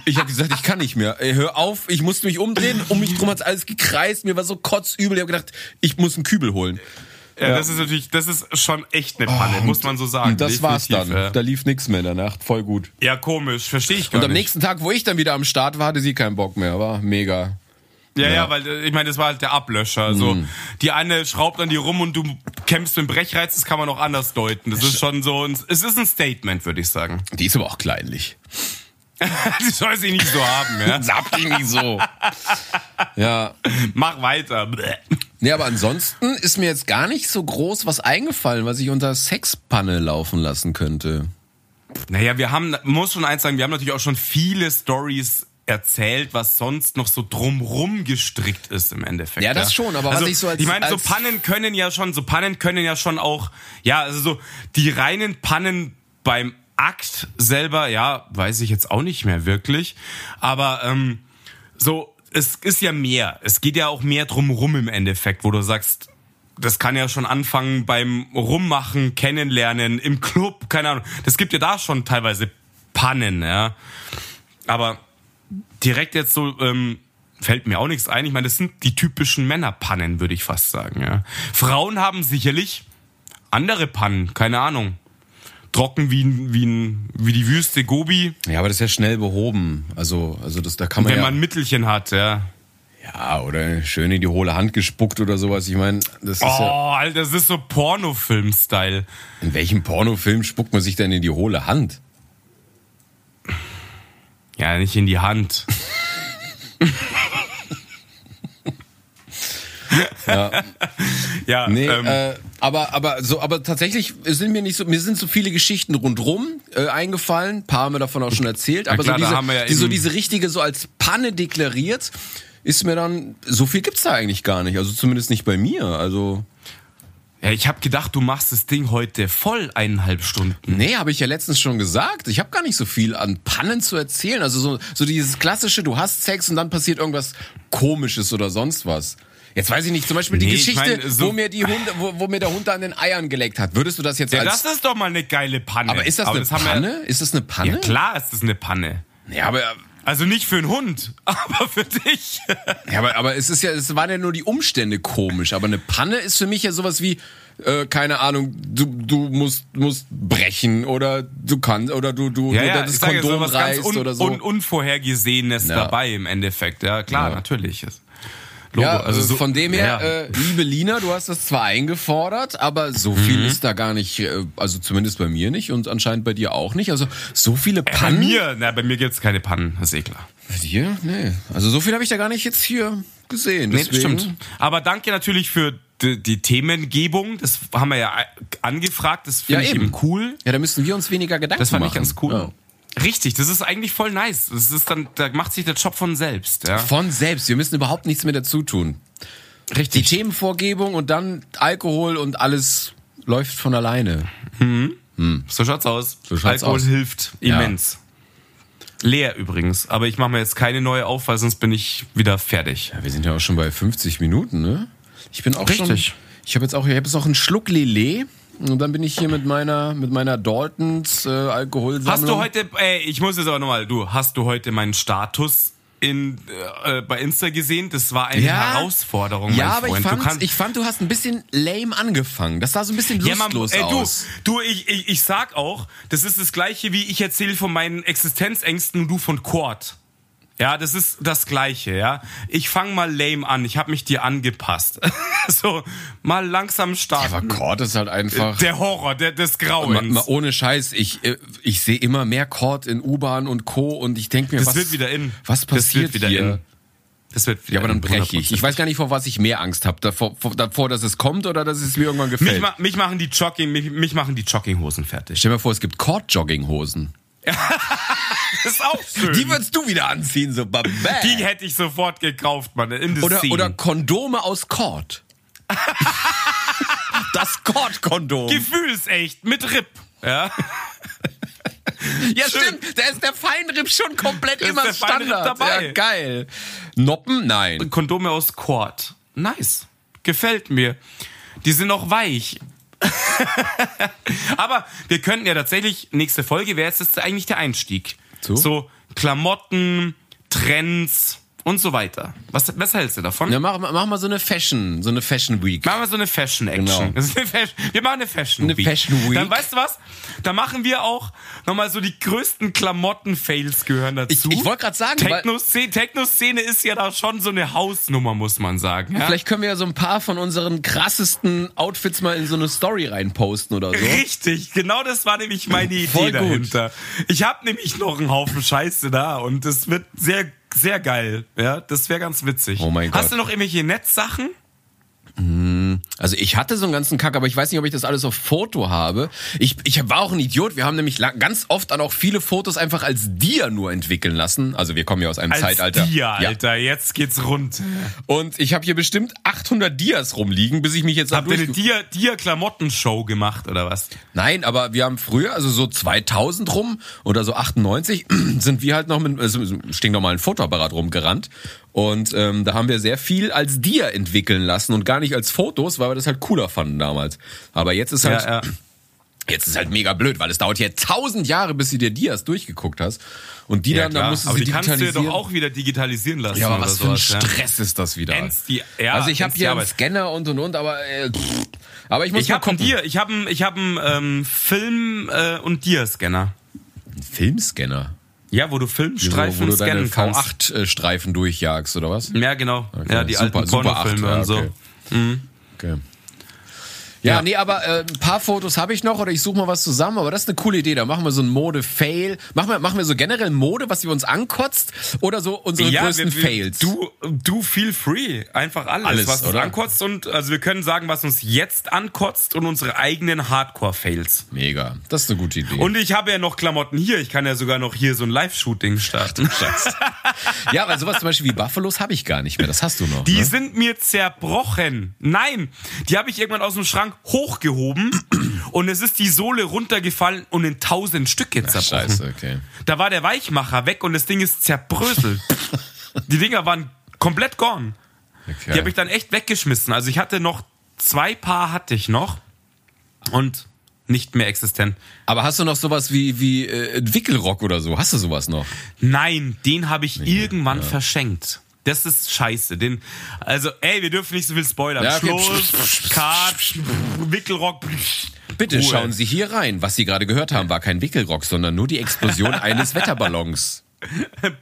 Speaker 1: ich habe gesagt, ich kann nicht mehr. Ey, hör auf, ich musste mich umdrehen. Um mich drum hat's alles gekreist. Mir war so kotzübel. Ich habe gedacht, ich muss einen Kübel holen.
Speaker 2: Ja, das ist natürlich, das ist schon echt eine Panne, muss man so sagen.
Speaker 1: Ah, Und hm, das war's dann.
Speaker 2: Definitiv, äh.
Speaker 1: Da lief nichts mehr in der Nacht. Voll gut.
Speaker 2: Ja, ja komisch, verstehe ich gar
Speaker 1: Und am
Speaker 2: nicht.
Speaker 1: nächsten Tag, wo ich dann wieder am Start war, hatte sie keinen Bock mehr. War mega.
Speaker 2: Ja, ja, weil äh, ich meine, das war halt der Ablöscher. So,
Speaker 1: Hm.
Speaker 2: die eine schraubt an dir rum und du kämpfst mit dem Brechreiz, das kann man auch anders deuten. Das ist schon so ein, es ist ein Statement, würde ich sagen.
Speaker 1: Die ist aber auch kleinlich.
Speaker 2: Das soll sie nicht so haben, ja.
Speaker 1: Sagt ihn nicht so. ja.
Speaker 2: Mach weiter.
Speaker 1: Nee, aber ansonsten ist mir jetzt gar nicht so groß was eingefallen, was ich unter Sexpanne laufen lassen könnte.
Speaker 2: Naja, wir haben, muss schon eins sagen, wir haben natürlich auch schon viele Stories erzählt, was sonst noch so drumrum gestrickt ist im Endeffekt.
Speaker 1: Ja, das schon, aber was
Speaker 2: also,
Speaker 1: ich so als-
Speaker 2: Ich meine, so
Speaker 1: als-
Speaker 2: Pannen können ja schon, so Pannen können ja schon auch, ja, also so die reinen Pannen beim Akt selber, ja, weiß ich jetzt auch nicht mehr wirklich, aber ähm, so, es ist ja mehr. Es geht ja auch mehr drumrum im Endeffekt, wo du sagst, das kann ja schon anfangen beim Rummachen, Kennenlernen, im Club, keine Ahnung. Das gibt ja da schon teilweise Pannen, ja. Aber direkt jetzt so ähm, fällt mir auch nichts ein. Ich meine, das sind die typischen Männerpannen, würde ich fast sagen. Ja. Frauen haben sicherlich andere Pannen, keine Ahnung. trocken wie, ein- wie, ein, wie die Wüste Gobi,
Speaker 1: Ja, aber das ist ja schnell behoben. Also, also das, da kann man
Speaker 2: wenn
Speaker 1: ja,
Speaker 2: man ein Mittelchen hat, ja.
Speaker 1: ja oder schön in die hohle Hand gespuckt oder sowas. Ich meine, das ist ja
Speaker 2: Oh, Alter, das ist so Pornofilm-Style.
Speaker 1: in welchem Pornofilm spuckt man sich denn in die hohle Hand?
Speaker 2: Ja, nicht in die Hand. ja,
Speaker 1: Nee,
Speaker 2: ähm,
Speaker 1: äh, aber aber so aber tatsächlich sind mir nicht so mir sind so viele Geschichten rundrum äh, eingefallen, ein paar haben wir davon auch schon erzählt, aber
Speaker 2: klar,
Speaker 1: so
Speaker 2: da
Speaker 1: diese
Speaker 2: haben wir ja
Speaker 1: die, so
Speaker 2: eben-
Speaker 1: diese richtige so als Panne deklariert ist mir dann so viel gibt's da eigentlich gar nicht, also zumindest nicht bei mir, also
Speaker 2: ja, ich habe gedacht, du machst das Ding heute voll eineinhalb Stunden.
Speaker 1: Nee, habe ich ja letztens schon gesagt. Ich habe gar nicht so viel an Pannen zu erzählen. Also so, so dieses klassische, du hast Sex und dann passiert irgendwas Komisches oder sonst was. Jetzt weiß ich nicht, zum Beispiel die
Speaker 2: Nee, ich
Speaker 1: Geschichte,
Speaker 2: mein, so-
Speaker 1: wo, mir die Hunde, wo, wo mir der Hund an den Eiern geleckt hat. Würdest du das jetzt
Speaker 2: Ja,
Speaker 1: als...
Speaker 2: das ist doch mal eine geile Panne.
Speaker 1: aber ist das eine
Speaker 2: haben wir-
Speaker 1: Panne? Ist das eine Panne?
Speaker 2: Ja, klar ist das eine Panne.
Speaker 1: Ja, aber,
Speaker 2: Also nicht für einen Hund, aber für dich.
Speaker 1: ja, aber, aber es ist ja, es waren ja nur die Umstände komisch. Aber eine Panne ist für mich ja sowas wie, äh, keine Ahnung, du, du musst, musst brechen oder du kannst, oder du, du, du das
Speaker 2: ich sag jetzt
Speaker 1: Kondom
Speaker 2: sowas ganz
Speaker 1: reißt
Speaker 2: un-
Speaker 1: oder so.
Speaker 2: Un Unvorhergesehenes
Speaker 1: Ja.
Speaker 2: dabei im Endeffekt. Ja, klar,
Speaker 1: Ja.
Speaker 2: natürlich. Ist- Logo.
Speaker 1: Ja, also
Speaker 2: so-
Speaker 1: von dem her,
Speaker 2: Ja.
Speaker 1: äh, liebe Lina, du hast das zwar eingefordert, aber
Speaker 2: Mhm.
Speaker 1: so viel ist da gar nicht, äh, also zumindest bei mir nicht und anscheinend bei dir auch nicht. Also so viele
Speaker 2: Äh, bei
Speaker 1: Pannen.
Speaker 2: mir, na, bei mir gibt's keine Pannen, ist eh klar.
Speaker 1: Bei dir? Nee. Also so viel habe ich da gar nicht jetzt hier gesehen.
Speaker 2: Nee, das
Speaker 1: Deswegen-
Speaker 2: stimmt. Aber danke natürlich für die, die Themengebung. Das haben wir ja angefragt. Das
Speaker 1: Ja,
Speaker 2: finde ich
Speaker 1: eben.
Speaker 2: eben cool.
Speaker 1: Ja, da müssen wir uns weniger Gedanken
Speaker 2: Das fand
Speaker 1: machen.
Speaker 2: ich ganz cool.
Speaker 1: Ja.
Speaker 2: Richtig, das ist eigentlich voll nice. Das ist dann, da macht sich der Job von selbst. Ja.
Speaker 1: Von selbst. Wir müssen überhaupt nichts mehr dazu tun. Die
Speaker 2: Richtig.
Speaker 1: Themenvorgebung und dann Alkohol und alles läuft von alleine.
Speaker 2: So schaut's aus.
Speaker 1: So schaut's
Speaker 2: Alkohol
Speaker 1: aus.
Speaker 2: hilft
Speaker 1: Ja.
Speaker 2: immens. Leer übrigens. Aber ich mache mir jetzt keine neue auf, weil sonst bin ich wieder fertig.
Speaker 1: Ja, wir sind ja auch schon bei 50 Minuten, ne? Ich bin auch
Speaker 2: Richtig.
Speaker 1: schon. Ich habe jetzt auch, ich habe jetzt noch einen Schluck Lillet und dann bin ich hier mit meiner, mit meiner Daltons äh, Alkoholsammlung.
Speaker 2: Hast du heute, ey, ich muss jetzt aber nochmal, du, hast du heute meinen Status in, äh, bei Insta gesehen? Das war eine
Speaker 1: Ja.
Speaker 2: Herausforderung,
Speaker 1: Ja,
Speaker 2: mein
Speaker 1: aber ich
Speaker 2: Freund.
Speaker 1: fand,
Speaker 2: du kannst,
Speaker 1: ich fand, du hast ein bisschen lame angefangen. Das sah so ein bisschen lustlos
Speaker 2: ey, du,
Speaker 1: aus.
Speaker 2: du ich, ich, ich sag auch, das ist das gleiche wie ich erzähle von meinen Existenzängsten und du von Quad. Ja, das ist das gleiche, ja. Ich fang mal lame an, ich habe mich dir angepasst. so, mal langsam
Speaker 1: Aber
Speaker 2: starten.
Speaker 1: Kord ist halt einfach.
Speaker 2: der Horror, der des
Speaker 1: Ma-
Speaker 2: Grauens.
Speaker 1: ma- oh, ohne Scheiß, ich, äh, ich sehe immer mehr Kord in U-Bahn und Co. und ich denke mir,
Speaker 2: das
Speaker 1: was,
Speaker 2: wird wieder in.
Speaker 1: was passiert
Speaker 2: das wird wieder
Speaker 1: hier?
Speaker 2: in. Das wird wieder
Speaker 1: Ja, aber dann
Speaker 2: in,
Speaker 1: breche ich.
Speaker 2: 100%.
Speaker 1: Ich weiß gar nicht, vor was ich mehr Angst habe. Davor, vor- davor, dass es kommt oder dass es mir irgendwann
Speaker 2: Mich,
Speaker 1: gefällt.
Speaker 2: ma mich machen die Jogging, mich, mich machen die Jogginghosen fertig.
Speaker 1: Stell dir mal vor, es gibt Kord-Jogginghosen.
Speaker 2: Das ist auch schön.
Speaker 1: Die würdest du wieder anziehen, so babä.
Speaker 2: Die hätte ich sofort gekauft, Mann. In the
Speaker 1: Oder,
Speaker 2: scene.
Speaker 1: oder Kondome aus Kord. das Kord-Kondom.
Speaker 2: Gefühlsecht mit Rip. Ja.
Speaker 1: Ja,
Speaker 2: schön.
Speaker 1: stimmt. Da ist der Feinripp schon komplett
Speaker 2: Da ist
Speaker 1: immer
Speaker 2: der Feinripp
Speaker 1: Standard.
Speaker 2: dabei.
Speaker 1: Ja, geil. Noppen? Nein.
Speaker 2: Kondome aus Quad. Nice. Gefällt mir. Die sind auch weich. Aber wir könnten ja tatsächlich, nächste Folge wäre jetzt das eigentlich der Einstieg.
Speaker 1: Zu?
Speaker 2: So Klamotten, Trends und so weiter. Was, was hältst du davon?
Speaker 1: Ja, mach, mach mal so eine Fashion, so eine Fashion Week.
Speaker 2: Machen wir so eine Fashion Action.
Speaker 1: Genau.
Speaker 2: Das ist eine Fashion, wir machen eine Fashion
Speaker 1: Eine
Speaker 2: Week.
Speaker 1: Fashion Week.
Speaker 2: Dann weißt du was? Da machen wir auch nochmal so die größten Klamotten-Fails gehören dazu.
Speaker 1: Ich- ich wollte gerade sagen, weil-
Speaker 2: Techno-Szene Techno -Szene ist ja da schon so eine Hausnummer, muss man sagen. Ja?
Speaker 1: Vielleicht können wir ja so ein paar von unseren krassesten Outfits mal in so eine Story reinposten oder so.
Speaker 2: Richtig, genau das war nämlich meine Idee
Speaker 1: Voll gut.
Speaker 2: dahinter. Ich habe nämlich noch einen Haufen Scheiße da und das wird sehr, sehr geil. Ja, das wäre ganz witzig.
Speaker 1: Oh mein
Speaker 2: Hast
Speaker 1: Gott.
Speaker 2: du noch irgendwelche Netzsachen?
Speaker 1: Also ich hatte so einen ganzen Kack, aber ich weiß nicht, ob ich das alles auf Foto habe. Ich, ich war auch ein Idiot. Wir haben nämlich lang, ganz oft dann auch viele Fotos einfach als Dia nur entwickeln lassen. Also wir kommen ja aus einem
Speaker 2: Als
Speaker 1: Zeitalter.
Speaker 2: Dir,
Speaker 1: Ja.
Speaker 2: Alter, jetzt geht's rund.
Speaker 1: Und ich habe hier bestimmt 800 Dias rumliegen, bis ich mich jetzt
Speaker 2: Habt ihr eine
Speaker 1: durchge-
Speaker 2: Dir- Dir-Klamottenshow gemacht oder was?
Speaker 1: Nein, aber wir haben früher, also so 2000 rum oder so 98, sind wir halt noch mit also mit einem stinknormalen Fotoapparat rumgerannt. Und ähm, da haben wir sehr viel als Dia entwickeln lassen und gar nicht als Fotos, weil wir das halt cooler fanden damals. Aber jetzt ist halt, jetzt ist halt mega blöd, weil es dauert ja tausend Jahre, bis du dir Dias durchgeguckt hast. Und die
Speaker 2: Ja,
Speaker 1: dann,
Speaker 2: klar.
Speaker 1: da musst du
Speaker 2: aber
Speaker 1: sie
Speaker 2: die kannst du ja
Speaker 1: digitalisieren.
Speaker 2: doch auch wieder digitalisieren lassen.
Speaker 1: ja, aber
Speaker 2: oder
Speaker 1: was für ein
Speaker 2: sowas, ja.
Speaker 1: Stress ist das wieder?
Speaker 2: Ends die- ja,
Speaker 1: also ich habe
Speaker 2: ends die
Speaker 1: hier einen
Speaker 2: Arbeit.
Speaker 1: Scanner und und und, aber äh, pff, Aber ich muss
Speaker 2: Ich
Speaker 1: mal
Speaker 2: habe einen
Speaker 1: gucken.
Speaker 2: dir, ich habe einen, ich habe einen ähm, Film äh, und Dir-Scanner.
Speaker 1: Filmscanner.
Speaker 2: Ja, wo du
Speaker 1: wo,
Speaker 2: Filmstreifen
Speaker 1: wo du deine
Speaker 2: scannen kannst.
Speaker 1: V8-Streifen äh, durchjagst, oder was?
Speaker 2: Ja, genau. ja, die
Speaker 1: super,
Speaker 2: alten
Speaker 1: super
Speaker 2: Pornofilme
Speaker 1: acht, ja,
Speaker 2: und so. Mhm.
Speaker 1: okay. Okay. Ja,
Speaker 2: Ja.
Speaker 1: nee, aber äh, ein paar Fotos habe ich noch oder ich suche mal was zusammen, aber das ist eine coole Idee. Da machen wir so ein Mode-Fail. Machen wir, machen wir so generell Mode, was die uns ankotzt oder so unsere größten
Speaker 2: wir- wir-
Speaker 1: Fails.
Speaker 2: Du, du feel free. Einfach alles,
Speaker 1: Alles,
Speaker 2: was uns
Speaker 1: oder?
Speaker 2: ankotzt. Und also wir können sagen, was uns jetzt ankotzt und unsere eigenen Hardcore-Fails.
Speaker 1: Mega, das ist eine gute Idee.
Speaker 2: Und ich habe ja noch Klamotten hier. Ich kann ja sogar noch hier so ein Live-Shooting starten.
Speaker 1: ja, weil sowas zum Beispiel wie Buffalos habe ich gar nicht mehr. Das hast du noch.
Speaker 2: Die
Speaker 1: ne?
Speaker 2: sind mir zerbrochen. Nein, die habe ich irgendwann aus dem Schrank hochgehoben und es ist die Sohle runtergefallen und in tausend Stücke zerbrochen.
Speaker 1: Scheiße, okay.
Speaker 2: Da war der Weichmacher weg und das Ding ist zerbröselt. die Dinger waren komplett gone.
Speaker 1: okay.
Speaker 2: Die habe ich dann echt weggeschmissen. Also ich hatte noch zwei Paar hatte ich noch und nicht mehr existent.
Speaker 1: aber hast du noch sowas wie, wie äh, einen Wickelrock oder so? Hast du sowas noch?
Speaker 2: Nein, den habe ich irgendwann verschenkt. Das ist scheiße. Den, also, ey, wir dürfen nicht so viel spoilern.
Speaker 1: Ja, okay.
Speaker 2: Schluss, Cut, Wickelrock.
Speaker 1: Bitte
Speaker 2: Ruhe.
Speaker 1: schauen Sie hier rein. Was Sie gerade gehört haben, war kein Wickelrock, sondern nur die Explosion eines Wetterballons.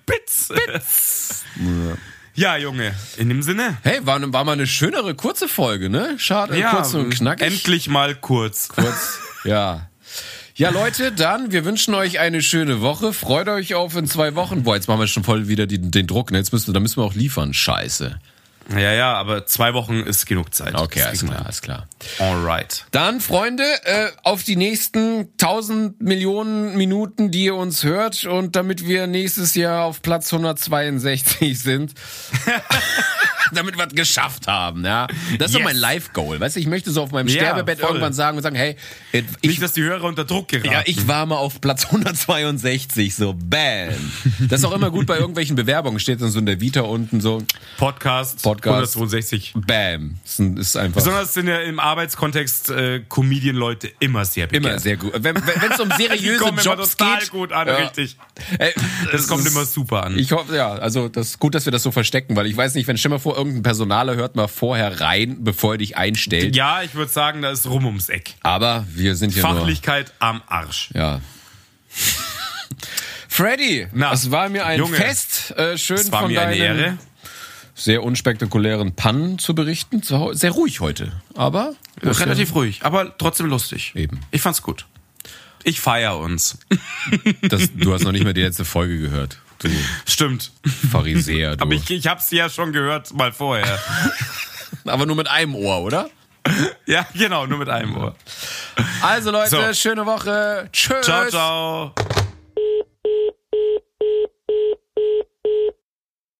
Speaker 2: Bitz. Bitz. Ja, Junge, in dem Sinne.
Speaker 1: Hey, war, ne, war mal eine schönere kurze Folge, ne? Schade,
Speaker 2: Ja, ähm,
Speaker 1: kurz und knackig.
Speaker 2: Endlich mal kurz.
Speaker 1: kurz. Ja. Ja, Leute, dann, wir wünschen euch eine schöne Woche. Freut euch auf in zwei Wochen. Boah, jetzt machen wir schon voll wieder die, den Druck. Ne? Jetzt müssen, wir- da müssen wir auch liefern. Scheiße.
Speaker 2: Ja, ja, aber zwei Wochen ist genug Zeit.
Speaker 1: Okay,
Speaker 2: Das
Speaker 1: alles
Speaker 2: kriegen
Speaker 1: klar, alles klar.
Speaker 2: wir. Alright.
Speaker 1: Dann, Freunde, äh, auf die nächsten 1000 Millionen Minuten, die ihr uns hört und damit wir nächstes Jahr auf Platz 162 sind. damit wir es geschafft haben, ja. Das ist so
Speaker 2: Yes.
Speaker 1: mein Life-Goal. Weißt du, ich möchte so auf meinem
Speaker 2: Ja,
Speaker 1: Sterbebett
Speaker 2: voll.
Speaker 1: irgendwann sagen und sagen, hey, it- ich,
Speaker 2: Nicht, dass die Hörer unter Druck geraten.
Speaker 1: ja, ich war mal auf Platz 162, so bam. Das ist auch immer gut bei irgendwelchen Bewerbungen, steht dann so in der Vita unten so
Speaker 2: Podcast,
Speaker 1: Podcast.
Speaker 2: 162.
Speaker 1: bam. Ist, ein- ist einfach
Speaker 2: Besonders sind ja im Arbeitskontext äh, Comedian-Leute immer sehr begehrt.
Speaker 1: immer sehr gut. Wenn es um seriöse
Speaker 2: Die kommen immer
Speaker 1: Jobs
Speaker 2: total
Speaker 1: geht,
Speaker 2: gut an,
Speaker 1: ja.
Speaker 2: richtig.
Speaker 1: Ey,
Speaker 2: Das kommt
Speaker 1: ist-
Speaker 2: immer super an.
Speaker 1: Ich hoffe, ja, also das ist gut, dass wir das so verstecken, weil ich weiß nicht, wenn stell mal vor, irgendein Personaler hört mal vorher rein, bevor er dich einstellt.
Speaker 2: ja, ich würde sagen, da ist rum ums Eck.
Speaker 1: Aber wir sind ja
Speaker 2: Fachlichkeit am Arsch.
Speaker 1: nur. Ja. Freddy,
Speaker 2: Na,
Speaker 1: es war mir ein
Speaker 2: Junge,
Speaker 1: Fest. Äh, schön
Speaker 2: Es war
Speaker 1: von
Speaker 2: mir eine
Speaker 1: deinen
Speaker 2: Ehre.
Speaker 1: sehr unspektakulären Pannen zu berichten. Zu Hau- Sehr ruhig heute, aber
Speaker 2: Relativ ruhig, aber trotzdem lustig.
Speaker 1: Eben.
Speaker 2: Ich fand's gut. Ich feier uns.
Speaker 1: das, du hast noch nicht mehr die letzte Folge gehört. Du
Speaker 2: Stimmt.
Speaker 1: Pharisäer, du. Aber,
Speaker 2: Aber ich, ich hab's ja schon gehört, mal vorher.
Speaker 1: nur mit einem Ohr, oder?
Speaker 2: ja, genau, nur mit einem Ohr.
Speaker 1: Also Leute,
Speaker 2: So.
Speaker 1: schöne Woche. Tschüss.
Speaker 2: Ciao, ciao.